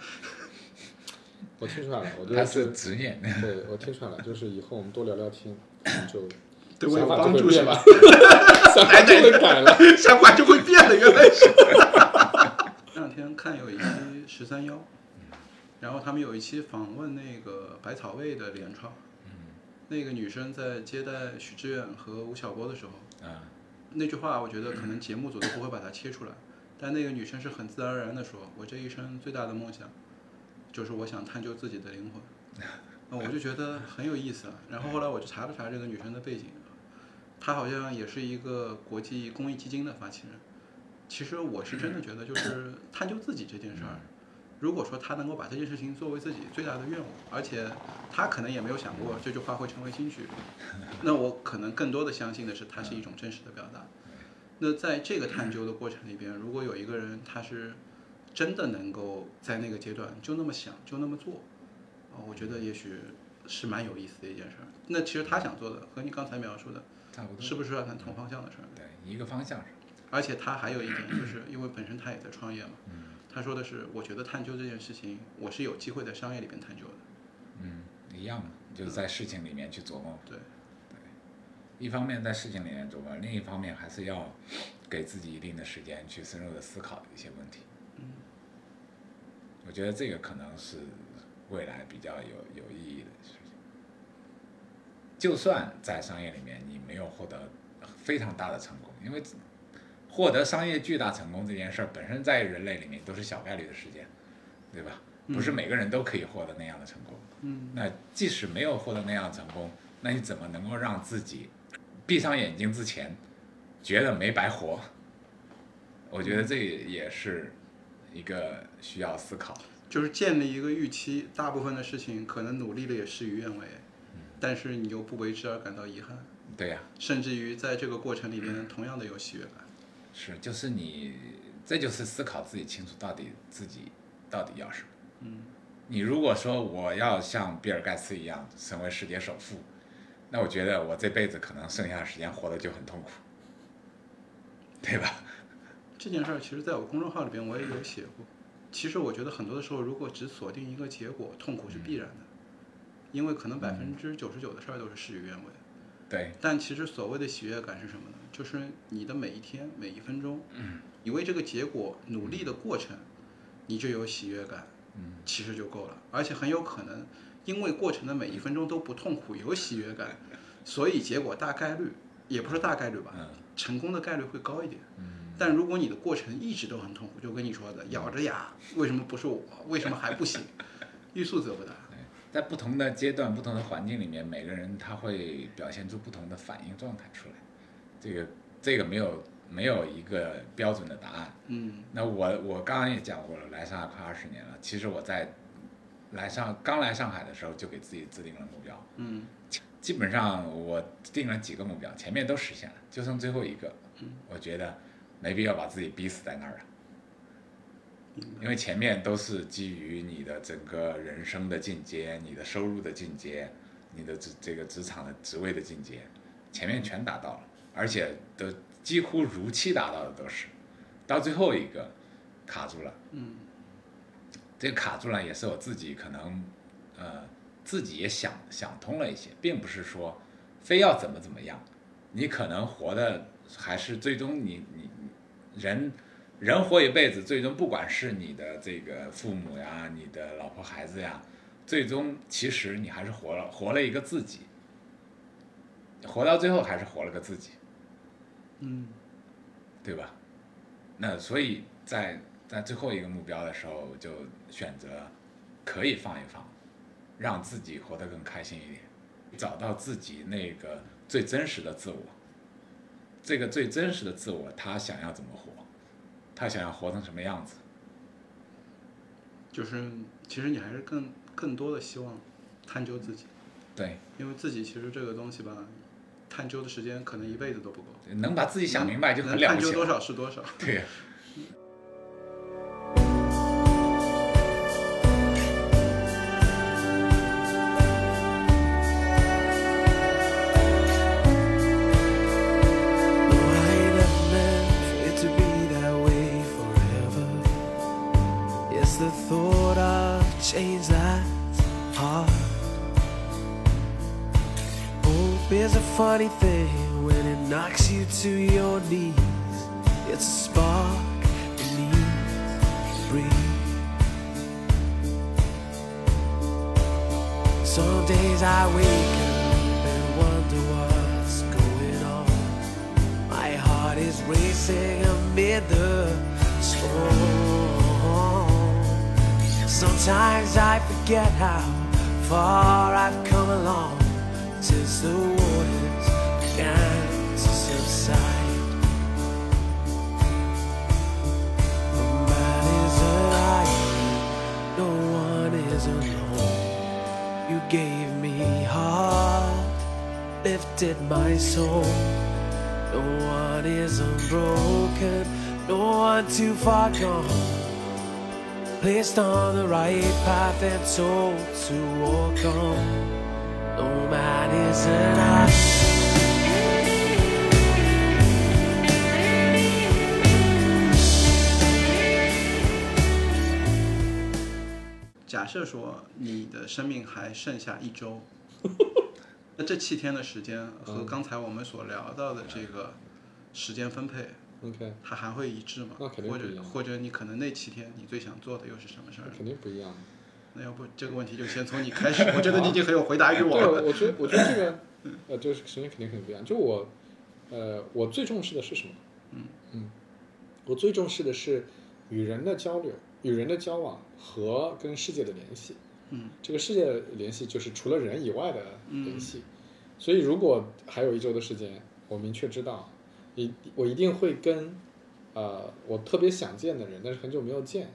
C: 我听出来了，我就
D: 他
C: 觉
D: 是
C: 得
D: 职业，
C: 对我听出来了，就是以后我们多聊聊天，可能就
B: 对我有
C: 想法就
B: 帮
C: 会
B: 助是
C: 变
B: 吧
C: 了？， 想法就会 改了。
B: 想法就会变的，原来是。 这两天看有一期十三幺，然后他们有一期访问那个百草味的联创，那个女生在接待许知远和吴晓波的时候，
D: 嗯，
B: 那句话我觉得可能节目组都不会把它切出来，但那个女生是很自然而然的说：“我这一生最大的梦想，就是我想探究自己的灵魂。”那我就觉得很有意思啊。然后后来我就查了查这个女生的背景，她好像也是一个国际公益基金的发起人。其实我是真的觉得，就是探究自己这件事儿，如果说她能够把这件事情作为自己最大的愿望，而且她可能也没有想过这句话会成为金曲，那我可能更多的相信的是它是一种真实的表达。那在这个探究的过程里边，如果有一个人他是真的能够在那个阶段就那么想，就那么做，啊、我觉得也许是蛮有意思的一件事儿。那其实他想做的和你刚才描述的，
D: 差不多
B: 是不是很同方向的事儿？
D: 对一个方向上，
B: 而且他还有一点，就是因为本身他也在创业嘛，他说的是，我觉得探究这件事情，我是有机会在商业里边探究的。
D: 嗯，一样嘛，就是在事情里面去琢磨。
B: 对，
D: 一方面在事情里面琢磨，另一方面还是要给自己一定的时间去深入的思考一些问题。
B: 嗯，
D: 我觉得这个可能是未来比较有有意义的事情。就算在商业里面你没有获得非常大的成功，因为获得商业巨大成功这件事儿本身在人类里面都是小概率的事件，对吧？不是每个人都可以获得那样的成功。
B: 嗯，
D: 那即使没有获得那样的成功，那你怎么能够让自己闭上眼睛之前觉得没白活？我觉得这也是一个需要思考的。
B: 就是建立一个预期，大部分的事情可能努力了也事与愿违，但是你又不为之而感到遗憾。
D: 对呀、
B: 甚至于在这个过程里边，同样的有喜悦感。
D: 是就是你，这就是思考自己清楚到底自己到底要什么。
B: 嗯，
D: 你如果说我要像比尔盖茨一样成为世界首富，那我觉得我这辈子可能剩下的时间活得就很痛苦，对吧？
B: 这件事儿其实在我公众号里边我也有写过。其实我觉得很多的时候，如果只锁定一个结果，痛苦是必然的，因为可能百分之九十九的事儿都是事与愿违。
D: 对，
B: 但其实所谓的喜悦感是什么呢？就是你的每一天、每一分钟，你为这个结果努力的过程，你就有喜悦感，其实就够了。而且很有可能，因为过程的每一分钟都不痛苦，有喜悦感，所以结果大概率，也不是大概率吧，
D: 嗯
B: 成功的概率会高一点。但如果你的过程一直都很痛苦，就跟你说的，咬着牙，为什么不是我？为什么还不行？欲速则不达。
D: 在不同的阶段、不同的环境里面，每个人他会表现出不同的反应状态出来。这个这个没有没有一个标准的答案。
B: 嗯
D: 那我我刚刚也讲过了，来上海快二十年了。其实我在来上刚来上海的时候，就给自己制定了目标，
B: 嗯
D: 基本上我定了几个目标，前面都实现了，就剩最后一个。我觉得没必要把自己逼死在那儿了，因为前面都是基于你的整个人生的进阶、你的收入的进阶、你的这这个职场的职位的进阶，前面全达到了，而且都几乎如期达到的都是，到最后一个卡住了。
B: 嗯
D: 这个卡住了也是我自己可能，呃，自己也想想通了一些，并不是说非要怎么怎么样，你可能活的还是最终你你你人人活一辈子，最终不管是你的这个父母呀，你的老婆孩子呀，最终其实你还是活了活了一个自己，活到最后还是活了个自己。
B: 嗯。
D: 对吧？那所以在在最后一个目标的时候，我就选择可以放一放，让自己活得更开心一点，找到自己那个最真实的自我。这个最真实的自我，他想要怎么活，他想要活成什么样子？
B: 就是其实你还是更更多的希望探究自己，
D: 对，
B: 因为自己其实这个东西吧，探究的时间可能一辈子都不够。
D: 能把自己想明白就很
B: 能
D: 了
B: 探
D: 不
B: 究
D: 起
B: 多
D: 了。
B: 少是多少。
D: 对呀、
E: I never meant it to be that way forever. Yes, the thought of change that's hard. Hope is a funny thing when it knocks you to your knees. It's a spark that needs to breathe. Some days I wake up and wonder what's going on. My heart is racing amid the storm. Sometimes I forget how far I've come along since the waters began to subside. A man is an island, no one is alone. You gave me heart, lifted my soul. No one is unbroken, no one too far gone. Placed on the right path and told to walk on. No man is an ass.
B: 假设说你的生命还剩下一 周，那这七天的时间
C: 嗯
B: 和刚才我们所聊到的这个时间分配，
C: OK，
B: 它还会一致吗？
C: 那肯定
B: 或
C: 不一
B: 者
C: 样
B: 或者你可能那七天你最想做的又是什么 事儿？
C: 肯定不一样。
B: 那要不这个问题就先从你开始，我觉得你已经很有回答欲望
C: 对，
B: 了。
C: 我觉得我觉得这 个，呃，就是时间肯定很不一样。就我，呃，我最重视的是什么？嗯嗯，我最重视的是与人的交流、与人的交往和跟世界的联系。
B: 嗯，
C: 这个世界的联系就是除了人以外的
B: 嗯
C: 联系。所以，如果还有一周的时间，我明确知道，一我一定会跟，呃，我特别想见的人，但是很久没有见，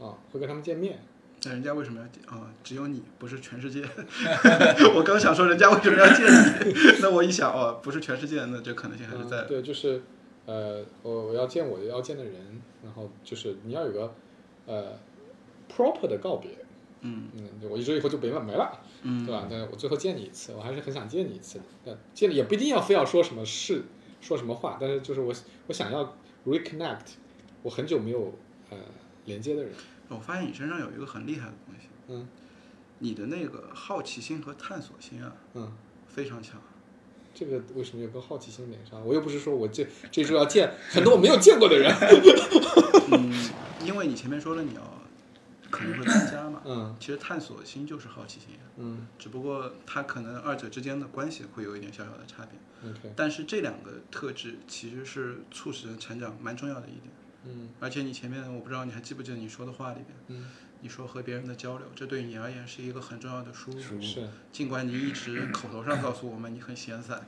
C: 啊，会跟他们见面。
B: 那人家为什么要啊、只有你，不是全世界。 我刚想说人家为什么要见你， 那我一想哦，不是全世界，那这可能性还是在
C: 嗯。对，就是呃，我我要见我要见的人，然后就是你要有个呃 proper 的告别。
B: 嗯
C: 嗯，我一周以后就没了没了，
B: 嗯
C: 对吧？但是我最后见你一次，我还是很想见你一次的。但见了也不一定要非要说什么事，说什么话，但是就是我我想要 reconnect 我很久没有呃连接的人。
B: 我发现你身上有一个很厉害的东西，
C: 嗯
B: 你的那个好奇心和探索心啊，
C: 嗯。
B: 非常 强。
C: 这个为什么有个好奇心连上？我又不是说我这这周要见很多我没有见过的人。
B: 嗯，因为你前面说了你要可能会增加嘛，
C: 嗯
B: 其实探索心就是好奇心，啊
C: 嗯
B: 只不过它可能二者之间的关系会有一点小小的差别。
C: ，OK，
B: 但是这两个特质其实是促使人成长蛮重要的一点。
C: 嗯
B: 而且你前面我不知道你还记不记得你说的话里边，
C: 嗯
B: 你说和别人的交流，这对你而言是一个很重要的输入。
D: 输入
C: 是。
B: 尽管你一直口头上告诉我们你很闲 散，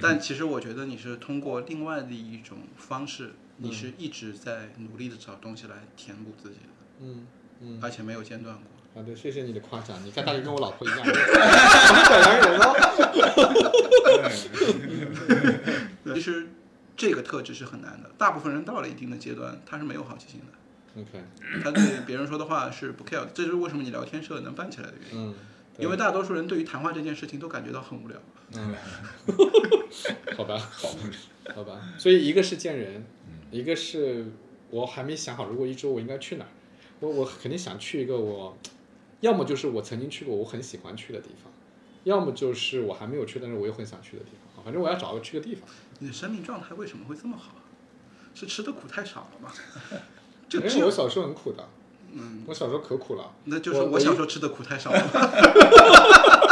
B: 但其实我觉得你是通过另外的一种方式，你
C: 嗯
B: 是一直在努力的找东西来填补自己的，
C: 嗯，嗯，
B: 而且没有间断过。
C: 好的，啊谢谢你的夸奖。你看，大概跟我老婆一样，我们表扬人哦。
B: 其实这个特质是很难的，大部分人到了一定的阶段，他是没有好奇心的，
C: OK，
B: 他对别人说的话是不 care，的这就是为什么你聊天社能办起来的原因。
C: 嗯，对
B: 因为大多数人对于谈话这件事情都感觉到很无聊，
C: 嗯，好吧，好，好吧。所以一个是见人，一个是我还没想好，如果一周我应该去哪儿，我我肯定想去一个我，要么就是我曾经去过我很喜欢去的地方，要么就是我还没有去，但是我又很想去的地方。啊反正我要找个去的地方。
B: 你的生命状态为什么会这么好？啊是吃的苦太少了 吗？就
C: 因
B: 只
C: 为
B: 有
C: 我小时候很苦的，
B: 嗯，
C: 我小时候可苦了。
B: 那就是
C: 我
B: 我
C: 我一
B: 小时候吃的苦太少了。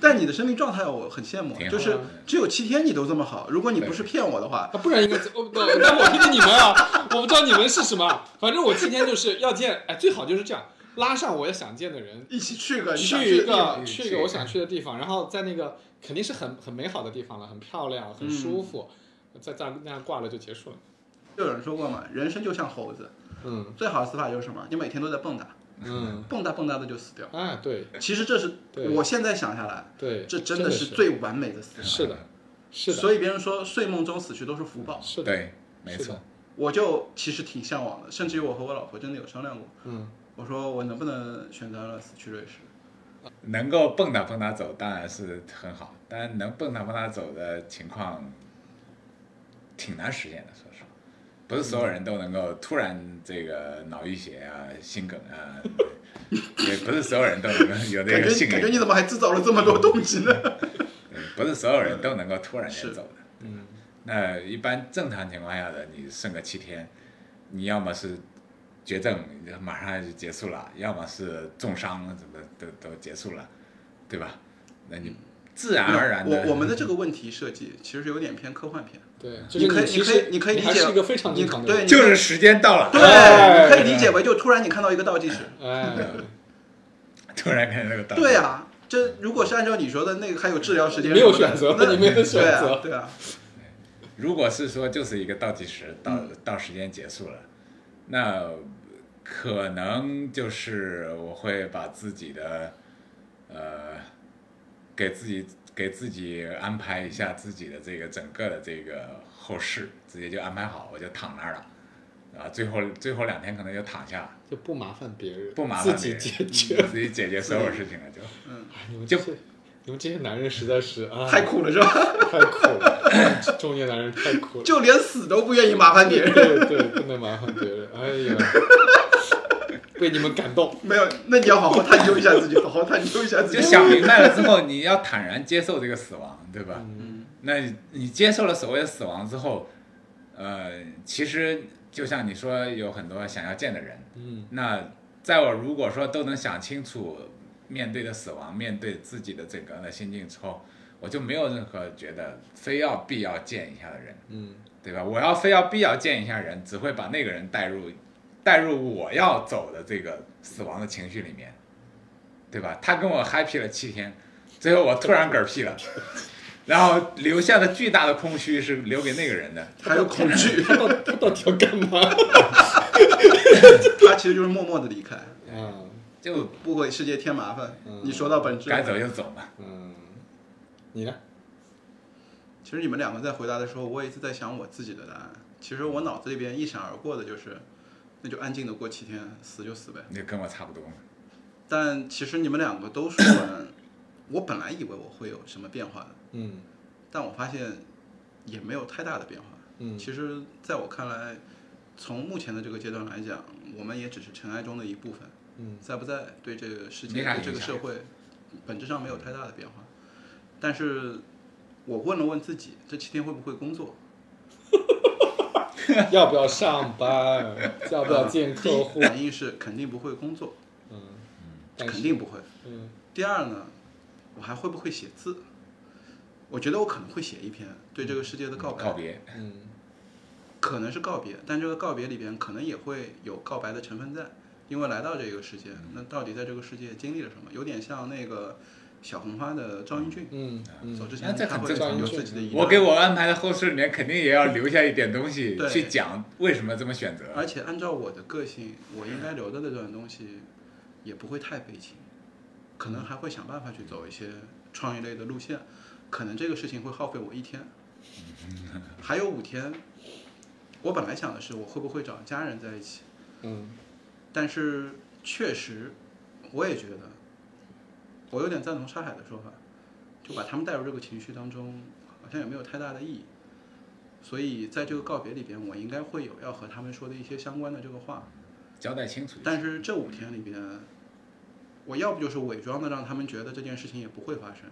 B: 但你的生命状态啊我很羡慕
D: 挺，好啊
B: 就是只有七天你都这么好。如果你不
D: 对
B: 是骗我的话，
C: 啊，不然应该我我那我听听你们啊，我不知道你们是什么，啊反正我今天就是要见，哎，最好就是这样，拉上我也想见的人，
B: 一起去个你想
C: 去一
B: 的地方
C: 个嗯去一个我想去的地方，然后在那个肯定是很很美好的地方了，很漂亮，
B: 嗯
C: 很舒服，在在那样挂了就结束了。
B: 就有人说过嘛，人生就像猴子，
C: 嗯
B: 最好的死法就是什么？你每天都在蹦跶，
C: 嗯，
B: 蹦哒蹦哒的就死掉。
C: 啊，对
B: 其实这是
C: 对
B: 我现在想下来，
C: 对，
B: 这真
C: 的
B: 是最完美的死法。
C: 是的，是的，
B: 所以别人说睡梦中死去都是福报，
C: 是的，
D: 对，没
C: 是
D: 错
C: 的，
B: 我就其实挺向往的，甚至于我和我老婆真的有商量过，
C: 嗯，
B: 我说我能不能选择了死去瑞士？
D: 能够蹦跶蹦跶走当然是很好，但能蹦跶蹦跶走的情况挺难实现的，说实话，不是所有人都能够突然这个脑溢血啊、心梗啊，也不是所有人都能够有这
B: 感
D: 个
B: 觉
D: 幸
B: 感觉你
D: 运，
B: 怎么还制造了这么多动机呢？
D: 不是所有人都能够突然间
B: 是
D: 走的。
C: 嗯，
D: 那一般正常情况下的，你剩个七天，你要么是绝症，马上就结束了；要么是重伤，怎么都都结束了，对吧？那你自然而然的，
B: 嗯我我们的这个问题设计其实有点偏科 幻片，
C: 对，就
B: 你
C: 是
B: 可以
C: 其
B: 可以
C: 实
B: 你可以理
C: 还
B: 解，
C: 是一个非常
B: 你
C: 正常的
B: 对
C: 人，
B: 你
D: 就是时间到了，
B: 对，啊
C: 哎
B: 你可以理解为就突然你看到一个倒计时，
C: 哎，
D: 突然看那个到，
B: 对，啊，这如果是按照你说的那个还有治疗时间什么的，
C: 没有选择
B: 那
C: 哎你没有选
B: 对啊
C: 择
B: 对啊，
D: 如果是说就是一个倒计时，到、
C: 嗯
D: 到时间结束了，那可能就是我会把自己的呃，给自己给自己安排一下自己的这个整个的这个后事，直接就安排好，我就躺那儿了。啊，最后最后两天可能就躺下，
C: 就不麻烦别人，
D: 不麻烦
C: 自己
D: 别人嗯
C: 解决。
D: 自己解决所有事情了就。
C: 哎你们这
D: 就
C: 些，你们这些男人实在是啊，
B: 太苦了是吧？
C: 太苦了， 中年男人太苦了。
B: 就连死都不愿意麻烦别人。
C: 对对，不能麻烦别人。哎呀， 被你们感动。
B: 没有，那你要好好探究一下自己，好好探究一下自
D: 就
B: 己。
D: 想明白了之后，你要坦然接受这个死亡，对吧？
B: 嗯
D: 那你你接受了所谓的死亡之后，呃，其实就像你说，有很多想要见的人。
C: 嗯
D: 那在我如果说都能想清楚面对的死亡，面对自己的整个的心境之后，我就没有任何觉得非要必要见一下的人，
C: 嗯，
D: 对吧？我要非要必要见一下人，只会把那个人带入带入我要走的这个死亡的情绪里面，对吧？他跟我 happy 了七天，最后我突然嗝屁了，然后留下的巨大的空虚是留给那个人的。
B: 还有恐 惧，
C: 他到他到底要干嘛？
B: 他其实就是默默的离开，
C: 啊，
D: 就
B: 不给世界添麻烦
C: 嗯。
B: 你说到本质，
D: 该走就走嘛。
C: 嗯，你呢？
B: 其实你们两个在回答的时候，我也是在想我自己的答案。其实我脑子里边一闪而过的就是，那就安静的过七天，死就死呗。
D: 你就跟我差不多嘛。
B: 但其实你们两个都说完，我本来以为我会有什么变化的，
C: 嗯
B: 但我发现也没有太大的变化。
C: 嗯，
B: 其实，在我看来，从目前的这个阶段来讲，我们也只是尘埃中的一部分。
C: 嗯
B: 在不在对这个世界、
D: 没啥
B: 对这
D: 影
B: 个
D: 响
B: 社会，本质上没有太大的变化。但是，我问了问自己，这七天会不会工 作？
C: 要不要上班？要不要见
B: 第
C: 客户
B: 一？反应是肯定不会工作，
C: 嗯，但
B: 肯
C: 是
B: 定不会。
C: 嗯
B: 第二呢，我还会不会写字？我觉得我可能会写一篇对这个世界的告白，
D: 告别，
C: 嗯
B: 可能是告别，但这个告别里边可能也会有告白的成分在，因为来到这个世界，
D: 嗯
B: 那到底在这个世界经历了什么？有点像那个小红花的赵英俊，
C: 嗯
B: 走
C: 嗯
B: 之
D: 那
B: 前
D: 这
B: 他
D: 很
B: 会
D: 正常
B: 有自己的遗
D: 我
B: 憾
D: 给我安排的后事里面肯定也要留下一点东西
B: 对
D: 去讲为什么这么选择。
B: 而且按照我的个性，我应该留的那段东西，也不会太悲情，可能还会想办法去走一些创意类的路线，可能这个事情会耗费我一天，
D: 嗯
B: 还有五天。我本来想的是我会不会找家人在一起，
C: 嗯，
B: 但是确实，我也觉得，我有点赞同沙海的说法，就把他们带入这个情绪当中，好像也没有太大的意义。所以在这个告别里边，我应该会有要和他们说的一些相关的这个话。
D: 交代清楚一
B: 但
D: 下。
B: 是这五天里边，我要不就是伪装的让他们觉得这件事情也不会发生，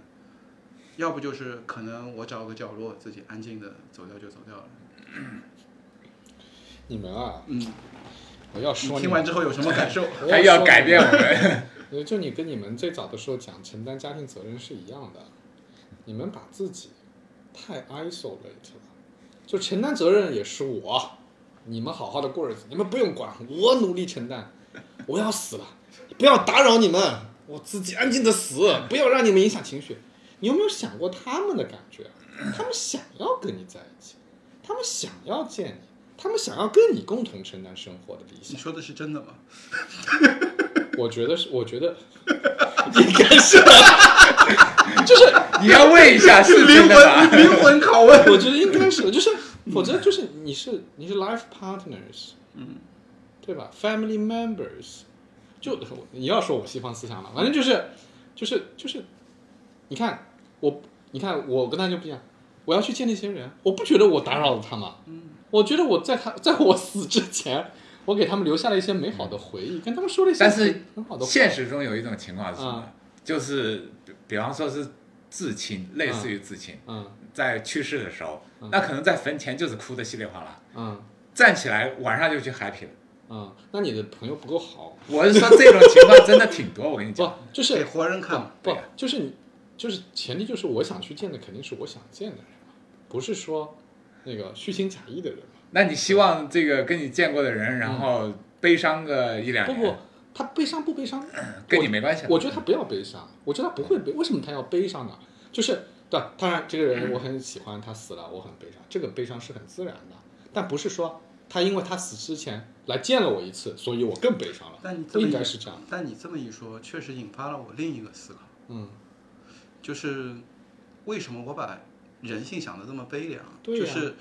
B: 要不就是可能我找个角落自己安静的走掉就走掉了。
C: 你们啊，
B: 嗯，
C: 我要
B: 你
C: 说
B: 听
C: 们
B: 完之后有什么感受？
C: 我
D: 他又要
C: 说
D: 改
C: 你
D: 变我们，
C: 呃，就你跟你们最早的时候讲承担家庭责任是一样的，你们把自己太 isolate 了，就承担责任也是我，你们好好的过日子，你们不用管，我努力承担，我要死了，不要打扰你们，我自己安静的死，不要让你们影响情绪。你有没有想过他们的感觉？他们想要跟你在一起，他们想要见你，他们想要跟你共同承担生活的理
B: 你
C: 想。
B: 说的是真的吗？
C: 我觉得是，我觉得
B: 应该是
D: 你要问一下事情
B: 灵
D: 的答
B: 魂
D: 案。
B: 灵魂拷 问。
C: 我觉得应该是的，就是否则就是你是你是 life partners，嗯，对吧？Family members，就你要说我西方思想了，反正就是就是就是，你看我，你看我跟他就不一样，我要去见那些人，我不觉得我打扰了他们，
D: 嗯
C: 我觉得我在他在我死之前，我给他们留下了一些美好的回忆，跟他们说了一些
D: 但是
C: 很好的话
D: 现实中有一种情况是什么
C: 嗯？
D: 就是比比方说是至亲，类似于至亲，
C: 嗯
D: 在去世的时候，那可能在坟前就是哭的稀里哗啦，
C: 嗯
D: 站起来晚上就去 happy 了。
C: 嗯，那你的朋友不够好，
D: 我是说这种情况真的挺多，我跟你
C: 不
D: 讲，
C: 就是
B: 给活人看，
D: 啊对
C: 不
D: 呀，
C: 就是你，就是前提就是我想去见的肯定是我想见的人嘛，不是说那个虚情假意的人嘛。
D: 那你希望这个跟你见过的人，然后悲伤个一
C: 嗯
D: 两
C: 不
D: 年，
C: 不，他悲伤不悲伤，
D: 哎嗯跟
C: 我
D: 你没关系了啊
C: 我觉得他不要悲伤，我觉得他不会悲，为什么他要悲伤呢？就是对，当然这个人我很喜欢，他死了我很悲伤，这个悲伤是很自然的，但不是说他因为他死之前来见了我一次，所以我更悲伤了，
B: 但你这
C: 不
B: 么
C: 应
B: 一
C: 该是这样。
B: 但你这么一说，确实引发了我另一个思考，
C: 嗯，
B: 就是为什么我把人性想的这么悲凉？
C: 对呀
B: 就是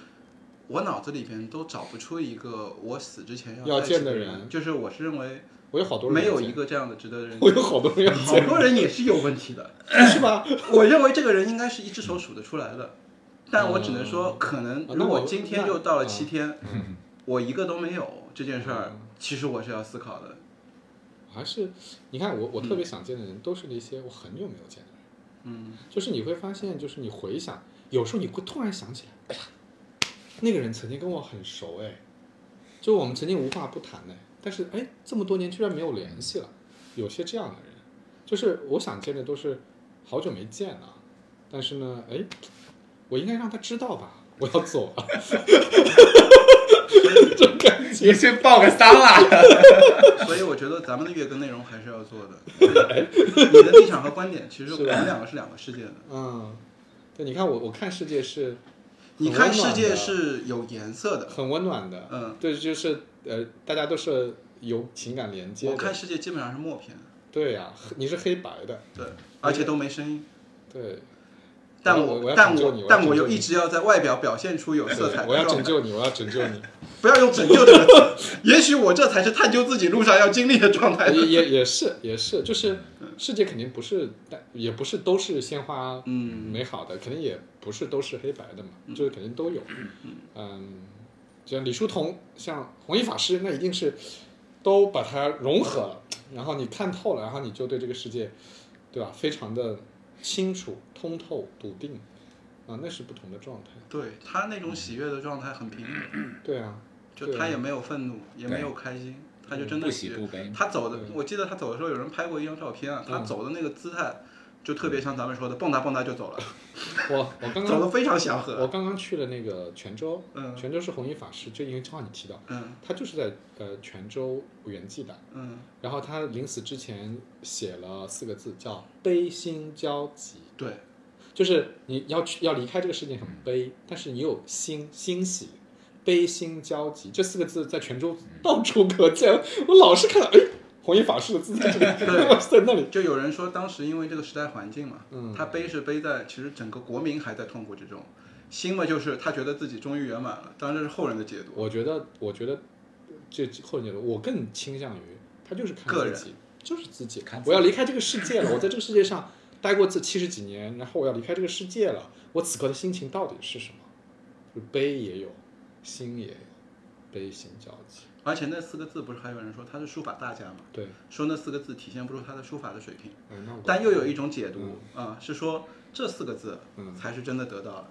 B: 我脑子里边都找不出一个我死之前
C: 要
B: 再
C: 见
B: 见
C: 的人
B: 人。就是我是认为
C: 我有好多人
B: 没有
C: 要见
B: 一，个这样的值得人，
C: 我有好多人要
B: 好
C: 见，
B: 多人也是有问题的。
C: 是吧？
B: 我认为这个人应该是一只手数得出来的，但我只能说，可能
C: 啊
B: 如
C: 那嗯
B: 果
C: 我
B: 今天就到了七天，我一个都没有这件事
C: 嗯
B: 儿，其实我是要思考的。
C: 还是你看我，我特别想见的人，都是那些我很久没有见的人。
B: 嗯，
C: 就是你会发现，就是你回想，有时候你会突然想起来，哎呀，那个人曾经跟我很熟哎，就我们曾经无话不谈哎，但是哎，这么多年居然没有联系了。有些这样的人，就是我想见的都是好久没见了，但是呢，哎，我应该让他知道吧，我要走了， 这种感
D: 你
C: 觉。
D: 去报个丧啊啦。
B: 所以我觉得咱们的月更内容还是要做的。 你的立场和观点，其实我
C: 是吧
B: 们两个是两个世界的。
C: 嗯，对，你看我，我看世界是很
B: 你
C: 温暖的，
B: 看世界是有颜色的，
C: 很温暖的，
B: 嗯
C: 对，就是呃，大家都是有情感连接
B: 我
C: 的，
B: 看世界基本上是默片的，
C: 对呀、黑你是黑白的，
B: 对，而且都没声音。
C: 对，
B: 但
C: 我我要
B: 但
C: 拯救
B: 我
C: 你我要
B: 但
C: 拯
B: 我
C: 救
B: 又
C: 你
B: 一直要在外表表现出有色彩
C: 我要
B: 的
C: 拯
B: 状态。
C: 救你，我要拯救你，
B: 不要用“拯救”这个词， 也许我这才是探究自己路上要经历的状态。
C: 也也也是也是，就是世界肯定不是，但也不是都是鲜花
B: 嗯
C: 美好的，肯定也不是都是黑白的嘛，就是肯定都有，
B: 嗯
C: 嗯，像李叔同，像弘一法师，那一定是都把它融合了，然后你看透了，然后你就对这个世界，对吧，非常的清楚、通透、笃定，啊，那是不同的状态，
B: 对他那种喜悦的状态很平稳，
C: 对啊，
B: 就
C: 对
B: 他
C: 啊
B: 也没有愤怒，也没有开心，他就真的
D: 不
B: 喜
D: 喜
B: 悦
D: 不悲
B: 他走的
C: 对，
B: 我记得他走的时候有人拍过一张照片啊，他
C: 嗯
B: 走的那个姿态就特别像咱们说的蹦跶蹦跶就 走了，
C: 我我刚
B: 走
C: 刚
B: 的非常祥
C: 我
B: 和。
C: 刚刚去了那个泉州，
B: 嗯
C: 泉州是弘一法师，就因为正好你提到。
B: 嗯
C: 他就是在呃泉州圆寂的，
B: 嗯，
C: 然后他临死之前写了四个字叫“悲心交集
B: 对，”，
C: 就是你要去要离开这个世界很悲，但是你有欣欣喜，悲心交集这四个字在泉州到处可见，我老是看到哎，弘一法师的字在这里，
B: 对
C: 在那里，
B: 就有人说当时因为这个时代环境嘛，
C: 嗯
B: 他悲是悲在其实整个国民还在痛苦之中，心嘛就是他觉得自己终于圆满了，当然这是后人的解读。
C: 我觉得，我觉得这后者，我更倾向于他就是看
B: 个人
C: 自己，就是自己
D: 看。自己
C: 我要离开这个世界了，我在这个世界上待过这七十几年，然后我要离开这个世界了，我此刻的心情到底是什么？就悲也有，心也有，悲心交集。
B: 而且那四个字不是还有人说他是书法大家嘛，
C: 对，
B: 说那四个字体现不出他的书法的水平。
C: 嗯那我
B: 但又有一种解读啊、是说这四个字
C: 嗯
B: 才是真的得到了。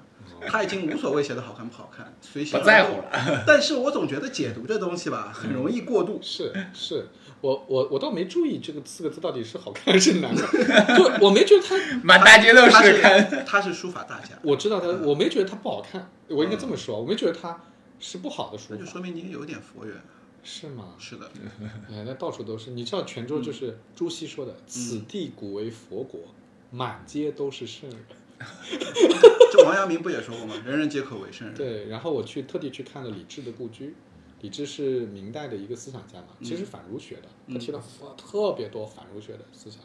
B: 他已经无所谓写的好看不好看，随心
D: 不在
B: 而
D: 乎
B: 用。但是我总觉得解读这东西吧，很容易过度。
C: 是是，我我我倒没注意这个四个字到底是好看还是难看，就我没觉得他
D: 满大街都
B: 他
D: 是看。
B: 是他是书法大家，
C: 我知道他，我没觉得他不好看，我应该这么说，我没觉得他是不好的书
B: 那就
C: 法，
B: 说明你也有点佛缘。
C: 是吗？
B: 是的，
C: 哎，那到处都是。你知道泉州就是朱熹说的“此地古为佛国，满街都是圣人
B: 这王阳明不也说过吗？人人皆可为圣”。人。
C: 对，然后我去特地去看了李治的故居，李治是明代的一个思想家嘛，其
B: 嗯
C: 实反儒学的，他提了特别多反儒学的思想。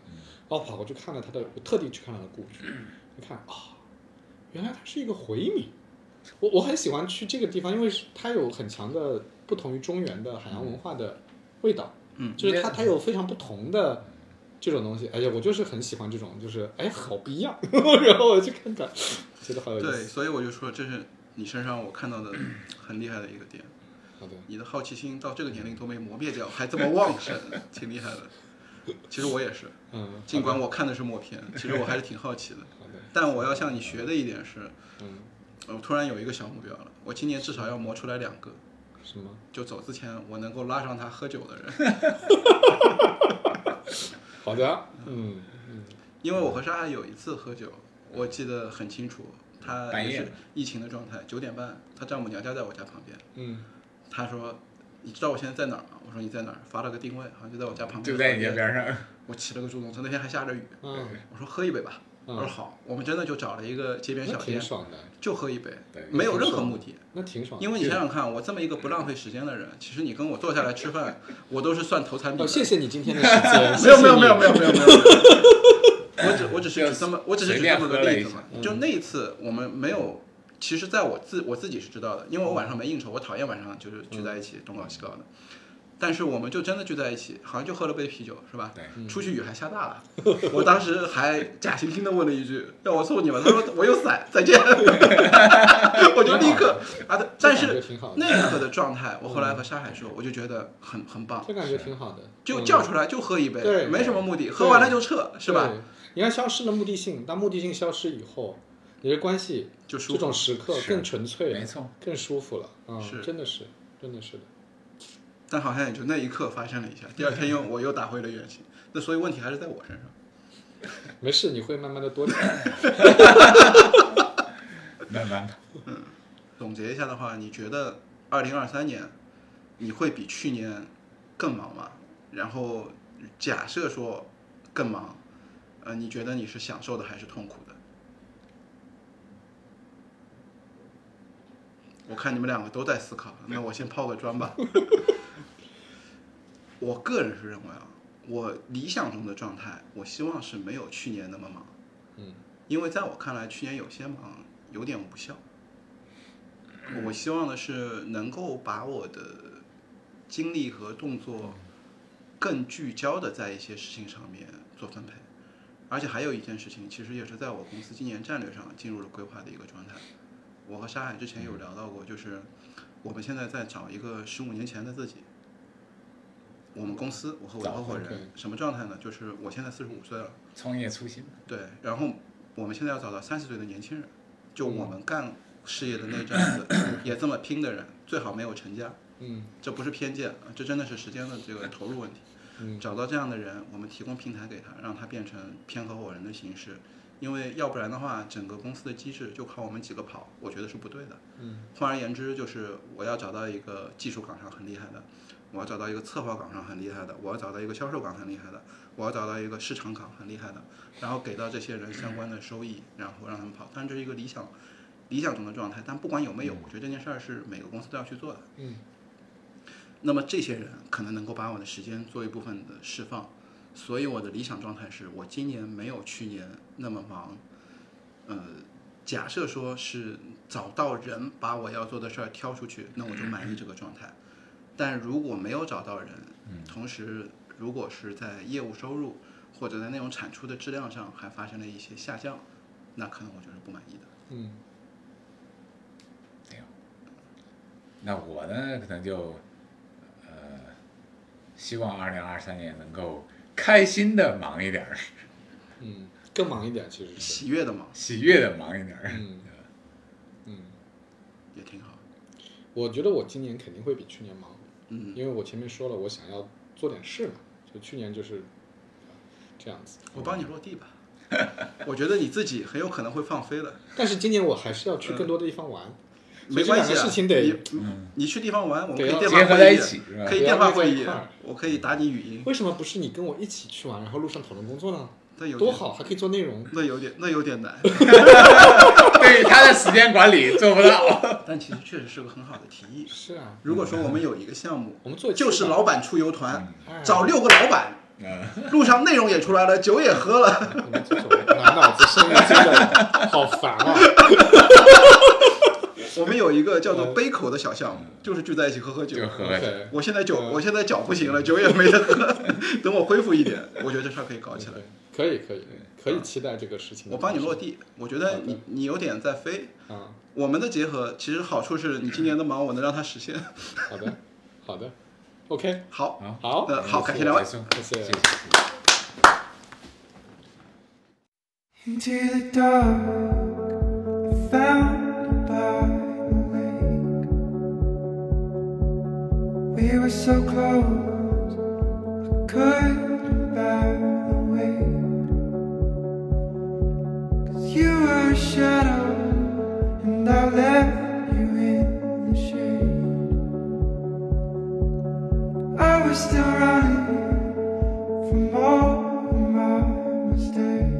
C: 然后跑过去看了他的，我特地去看了他的故 居，一看啊、原来他是一个回民。我我很喜欢去这个地方，因为是它有很强的不同于中原的海洋文化的味道。
B: 嗯
C: 就是它它有非常不同的这种东西。哎呀，我就是很喜欢这种，就是哎好不一样， 然后我去看看，觉得好有意
B: 对，
C: 思。
B: 所以我就说这是你身上我看到的 很厉害的一个点，
C: 好的，
B: 你的好奇心到这个年龄都没磨灭掉，还这么旺盛，挺厉害的。其实我也是，
C: 嗯，好的
B: 尽管我看的是默片，其实我还是挺好奇的。
C: 好的，
B: 但我要向你学的一点是，呃
C: 嗯，
B: 我突然有一个小目标了，我今年至少要磨出来两个，
C: 什么？
B: 就走之前我能够拉上他喝酒的人，
C: 好的，嗯嗯，
B: 因为我和莎莎有一次喝酒，我记得很清楚，他
D: 半
B: 也
D: 夜
B: 是疫情的状态，九点半，他丈母娘家在我家旁边，
C: 嗯，
B: 他说。你知道我现在在哪儿吗？我说你在哪儿？发了个定位，好像就在我家旁边。
D: 就在你家边上，
B: 我骑了个助动车，那天还下着雨。
C: 嗯，
B: 我说喝一杯吧，他
C: 嗯
B: 说好。我们真的就找了一个街边
C: 那
B: 小
C: 挺
B: 店，
C: 爽的，
B: 就喝一杯
D: 对，
B: 没有任何目的。
C: 那挺爽的。
B: 因为你想想看，我这么一个不浪费时间的人，其实你跟我坐下来吃饭，我都是算投产品
C: 哦，
B: 的。
C: 谢谢你今天的时 间，
B: 没有没有
C: 谢谢你
B: 没有没有没有没有。没有我只我只是举这么我只是举这么个例子嘛
D: 随便喝了，
B: 就那一次我们没有，其实在我自我自己是知道的，因为我晚上没应酬，我讨厌晚上就是聚在一起东搞西搞的。但是我们就真的聚在一起，好像就喝了杯啤酒，是吧？
D: 对
C: 嗯
B: 出去雨还下大了，我当时还假惺惺的问了一句：“要我送你吗？”他说：“我有伞，再见。” 我就立刻啊，但
C: 这感
B: 是
C: 觉挺好的嗯
B: 那一刻的状态，我后来和沙海说，我就觉得很很棒
C: 这，感觉挺好的，
B: 就
C: 嗯
B: 叫出来就喝一
C: 对
B: 杯，没什么目的，喝完了就撤，是吧？
C: 对？你看，消失了目的性，当目的性消失以后，你的关系
B: 就舒服
C: 这种时刻
D: 是
C: 更纯粹了，
D: 没错，
C: 更舒服了。嗯，
B: 是
C: 真的是，真的是的。
B: 但好像也就那一刻发生了一下，第二天又我又打回了原形，那所以问题还是在我身上。
C: 没事，你会慢慢的 多点。
D: 慢慢的，
B: 总结一下的话，你觉得二零二三年你会比去年更忙吗？然后假设说更忙，呃，你觉得你是享受的还是痛苦的？我看你们两个都在思考，那我先抛个砖吧。我个人是认为啊，我理想中的状态，我希望是没有去年那么忙，
C: 嗯，
B: 因为在我看来，去年有些忙有点无效。我希望的是能够把我的精力和动作更聚焦的在一些事情上面做分配，而且还有一件事情，其实也是在我公司今年战略上进入了规划的一个状态。我和沙海之前有聊到过，就是我们现在在找一个十五年前的自己。我们公司，我和我的合伙
C: 早
B: 人
C: ，OK
B: 什么状态呢？就是我现在四十五岁了，
D: 创业初心，
B: 对，然后我们现在要找到三十岁的年轻人，就我们干事业的那阵子也这么拼的人，最好没有成家，
C: 嗯
B: 这不是偏见，啊，这真的是时间的这个投入问题。
C: 嗯，
B: 找到这样的人，我们提供平台给他，让他变成偏合伙人的形式，因为要不然的话，整个公司的机制就靠我们几个跑，我觉得是不对的。
C: 嗯，
B: 换而言之，就是我要找到一个技术岗上很厉害的，我要找到一个策划岗上很厉害的，我要找到一个销售岗很厉害的，我要找到一个市场岗很厉害的，然后给到这些人相关的收益，然后让他们跑。但这是一个理想。理想中的状态，但不管有没有，我觉得这件事儿是每个公司都要去做的。
C: 嗯
B: 那么这些人可能能够把我的时间做一部分的释放，所以我的理想状态是我今年没有去年那么忙。呃，假设说是找到人把我要做的事儿挑出去，那我就满意这个状态。但如果没有找到人，同时如果是在业务收入或者在内容产出的质量上还发生了一些下降，那可能我就是不满意的。
C: 嗯，
D: 那我呢，可能就，呃，希望二零二三年能够开心的忙一点儿，
C: 嗯，更忙一点其实是，
B: 喜悦的忙
D: 喜悦的忙一点儿，
C: 嗯嗯，
B: 也挺好。
C: 我觉得我今年肯定会比去年忙，
B: 嗯，
C: 因为我前面说了，我想要做点事嘛，就去年就是这样子。
B: 我帮你落地吧。我觉得你自己很有可能会放飞 的。
C: 但是今年我还是要去更多的地方玩，所
B: 没
C: 以这
B: 关
C: 两
B: 系
C: 个
B: 啊，
C: 事情得
B: 你嗯你去地方玩，我们可
C: 对
B: 以
C: 要
B: 电
D: 结
B: 话
D: 合
B: 会
D: 在
B: 议
D: 一起是吧
B: 可以
C: 不要
B: 电话
C: 腻在
B: 会
C: 一
B: 议
C: 块儿，
B: 我可以打你语音。
C: 为什么不是你跟我一起去玩，然后路上讨论工作呢？
B: 那有点
C: 多好，，还可以做内容。
B: 那有点那有点 难，
D: 对于他的时间管理做不到。
B: 但其实确实是个很好的提议。
C: 是啊，
B: 如果说我们有一个项目，
C: 我们做
B: 就是老板出游团
C: 嗯，
B: 找六个老板，
D: 嗯，
B: 路上内容也出来了，酒也喝了，
C: 你们这种满脑子生意这种，好烦啊！
B: 我们有一个叫做杯口的小项目，就是聚在一起喝喝酒
D: 就。喝 酒。
C: 对
B: 我现在酒，我现在脚不行了，酒也没得喝，等我恢复一点，我觉得这事儿可以搞起来
C: 对。，可以可以可以期待这个事
B: 啊
C: 情。
B: 我帮你落地，我觉得你你有点在飞。
C: 啊，
B: 我们的结合其实好处是你今年的忙我能让它实现。
C: 好的好的，OK，
B: 好，
D: 好
C: 好，
B: 呃，好，感谢两位
D: 结。束
C: 谢谢
D: 谢谢。
F: Into the dark, I found a blind lake. We were so close, I couldn't back away. Cause you were a shadow, and I left you in the shade. I was still running from all of my mistakes.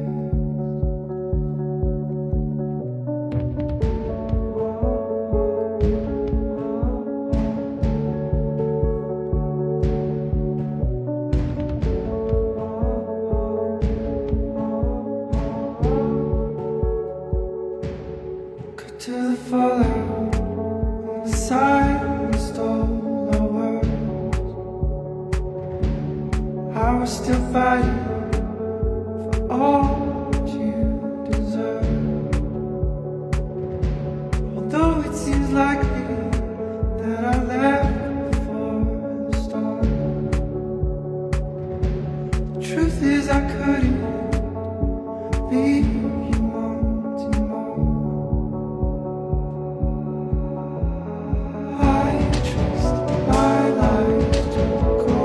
F: Cut to the fallout when the silence stole my words. I was still fighting for all that you deserve. Although it seems likely that I left before the storm. The truth is, I couldn't leave you wanting more. I trust my life to go.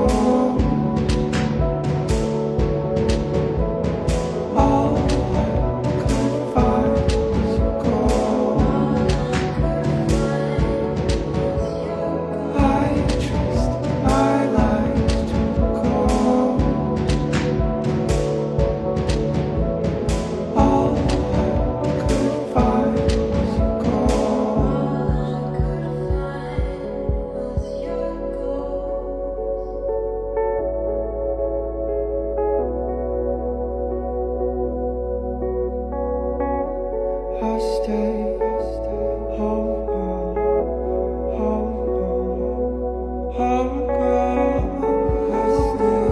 F: All I could find was gold. I trust my life to go. All I could find was gold. I stay home, home, home, home, home. I stay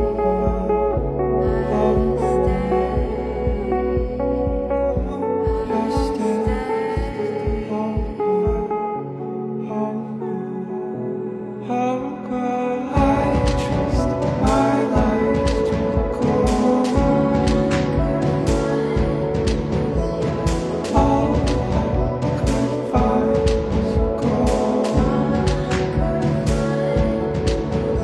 F: home, home, home.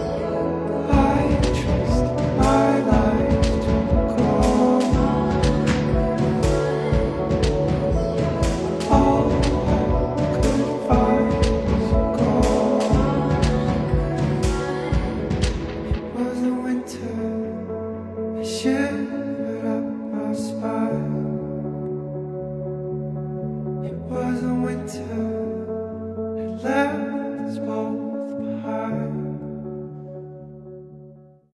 F: I trust my life to go. All I could find was gold. It was the winter. I shivered up my spine. It was the winter.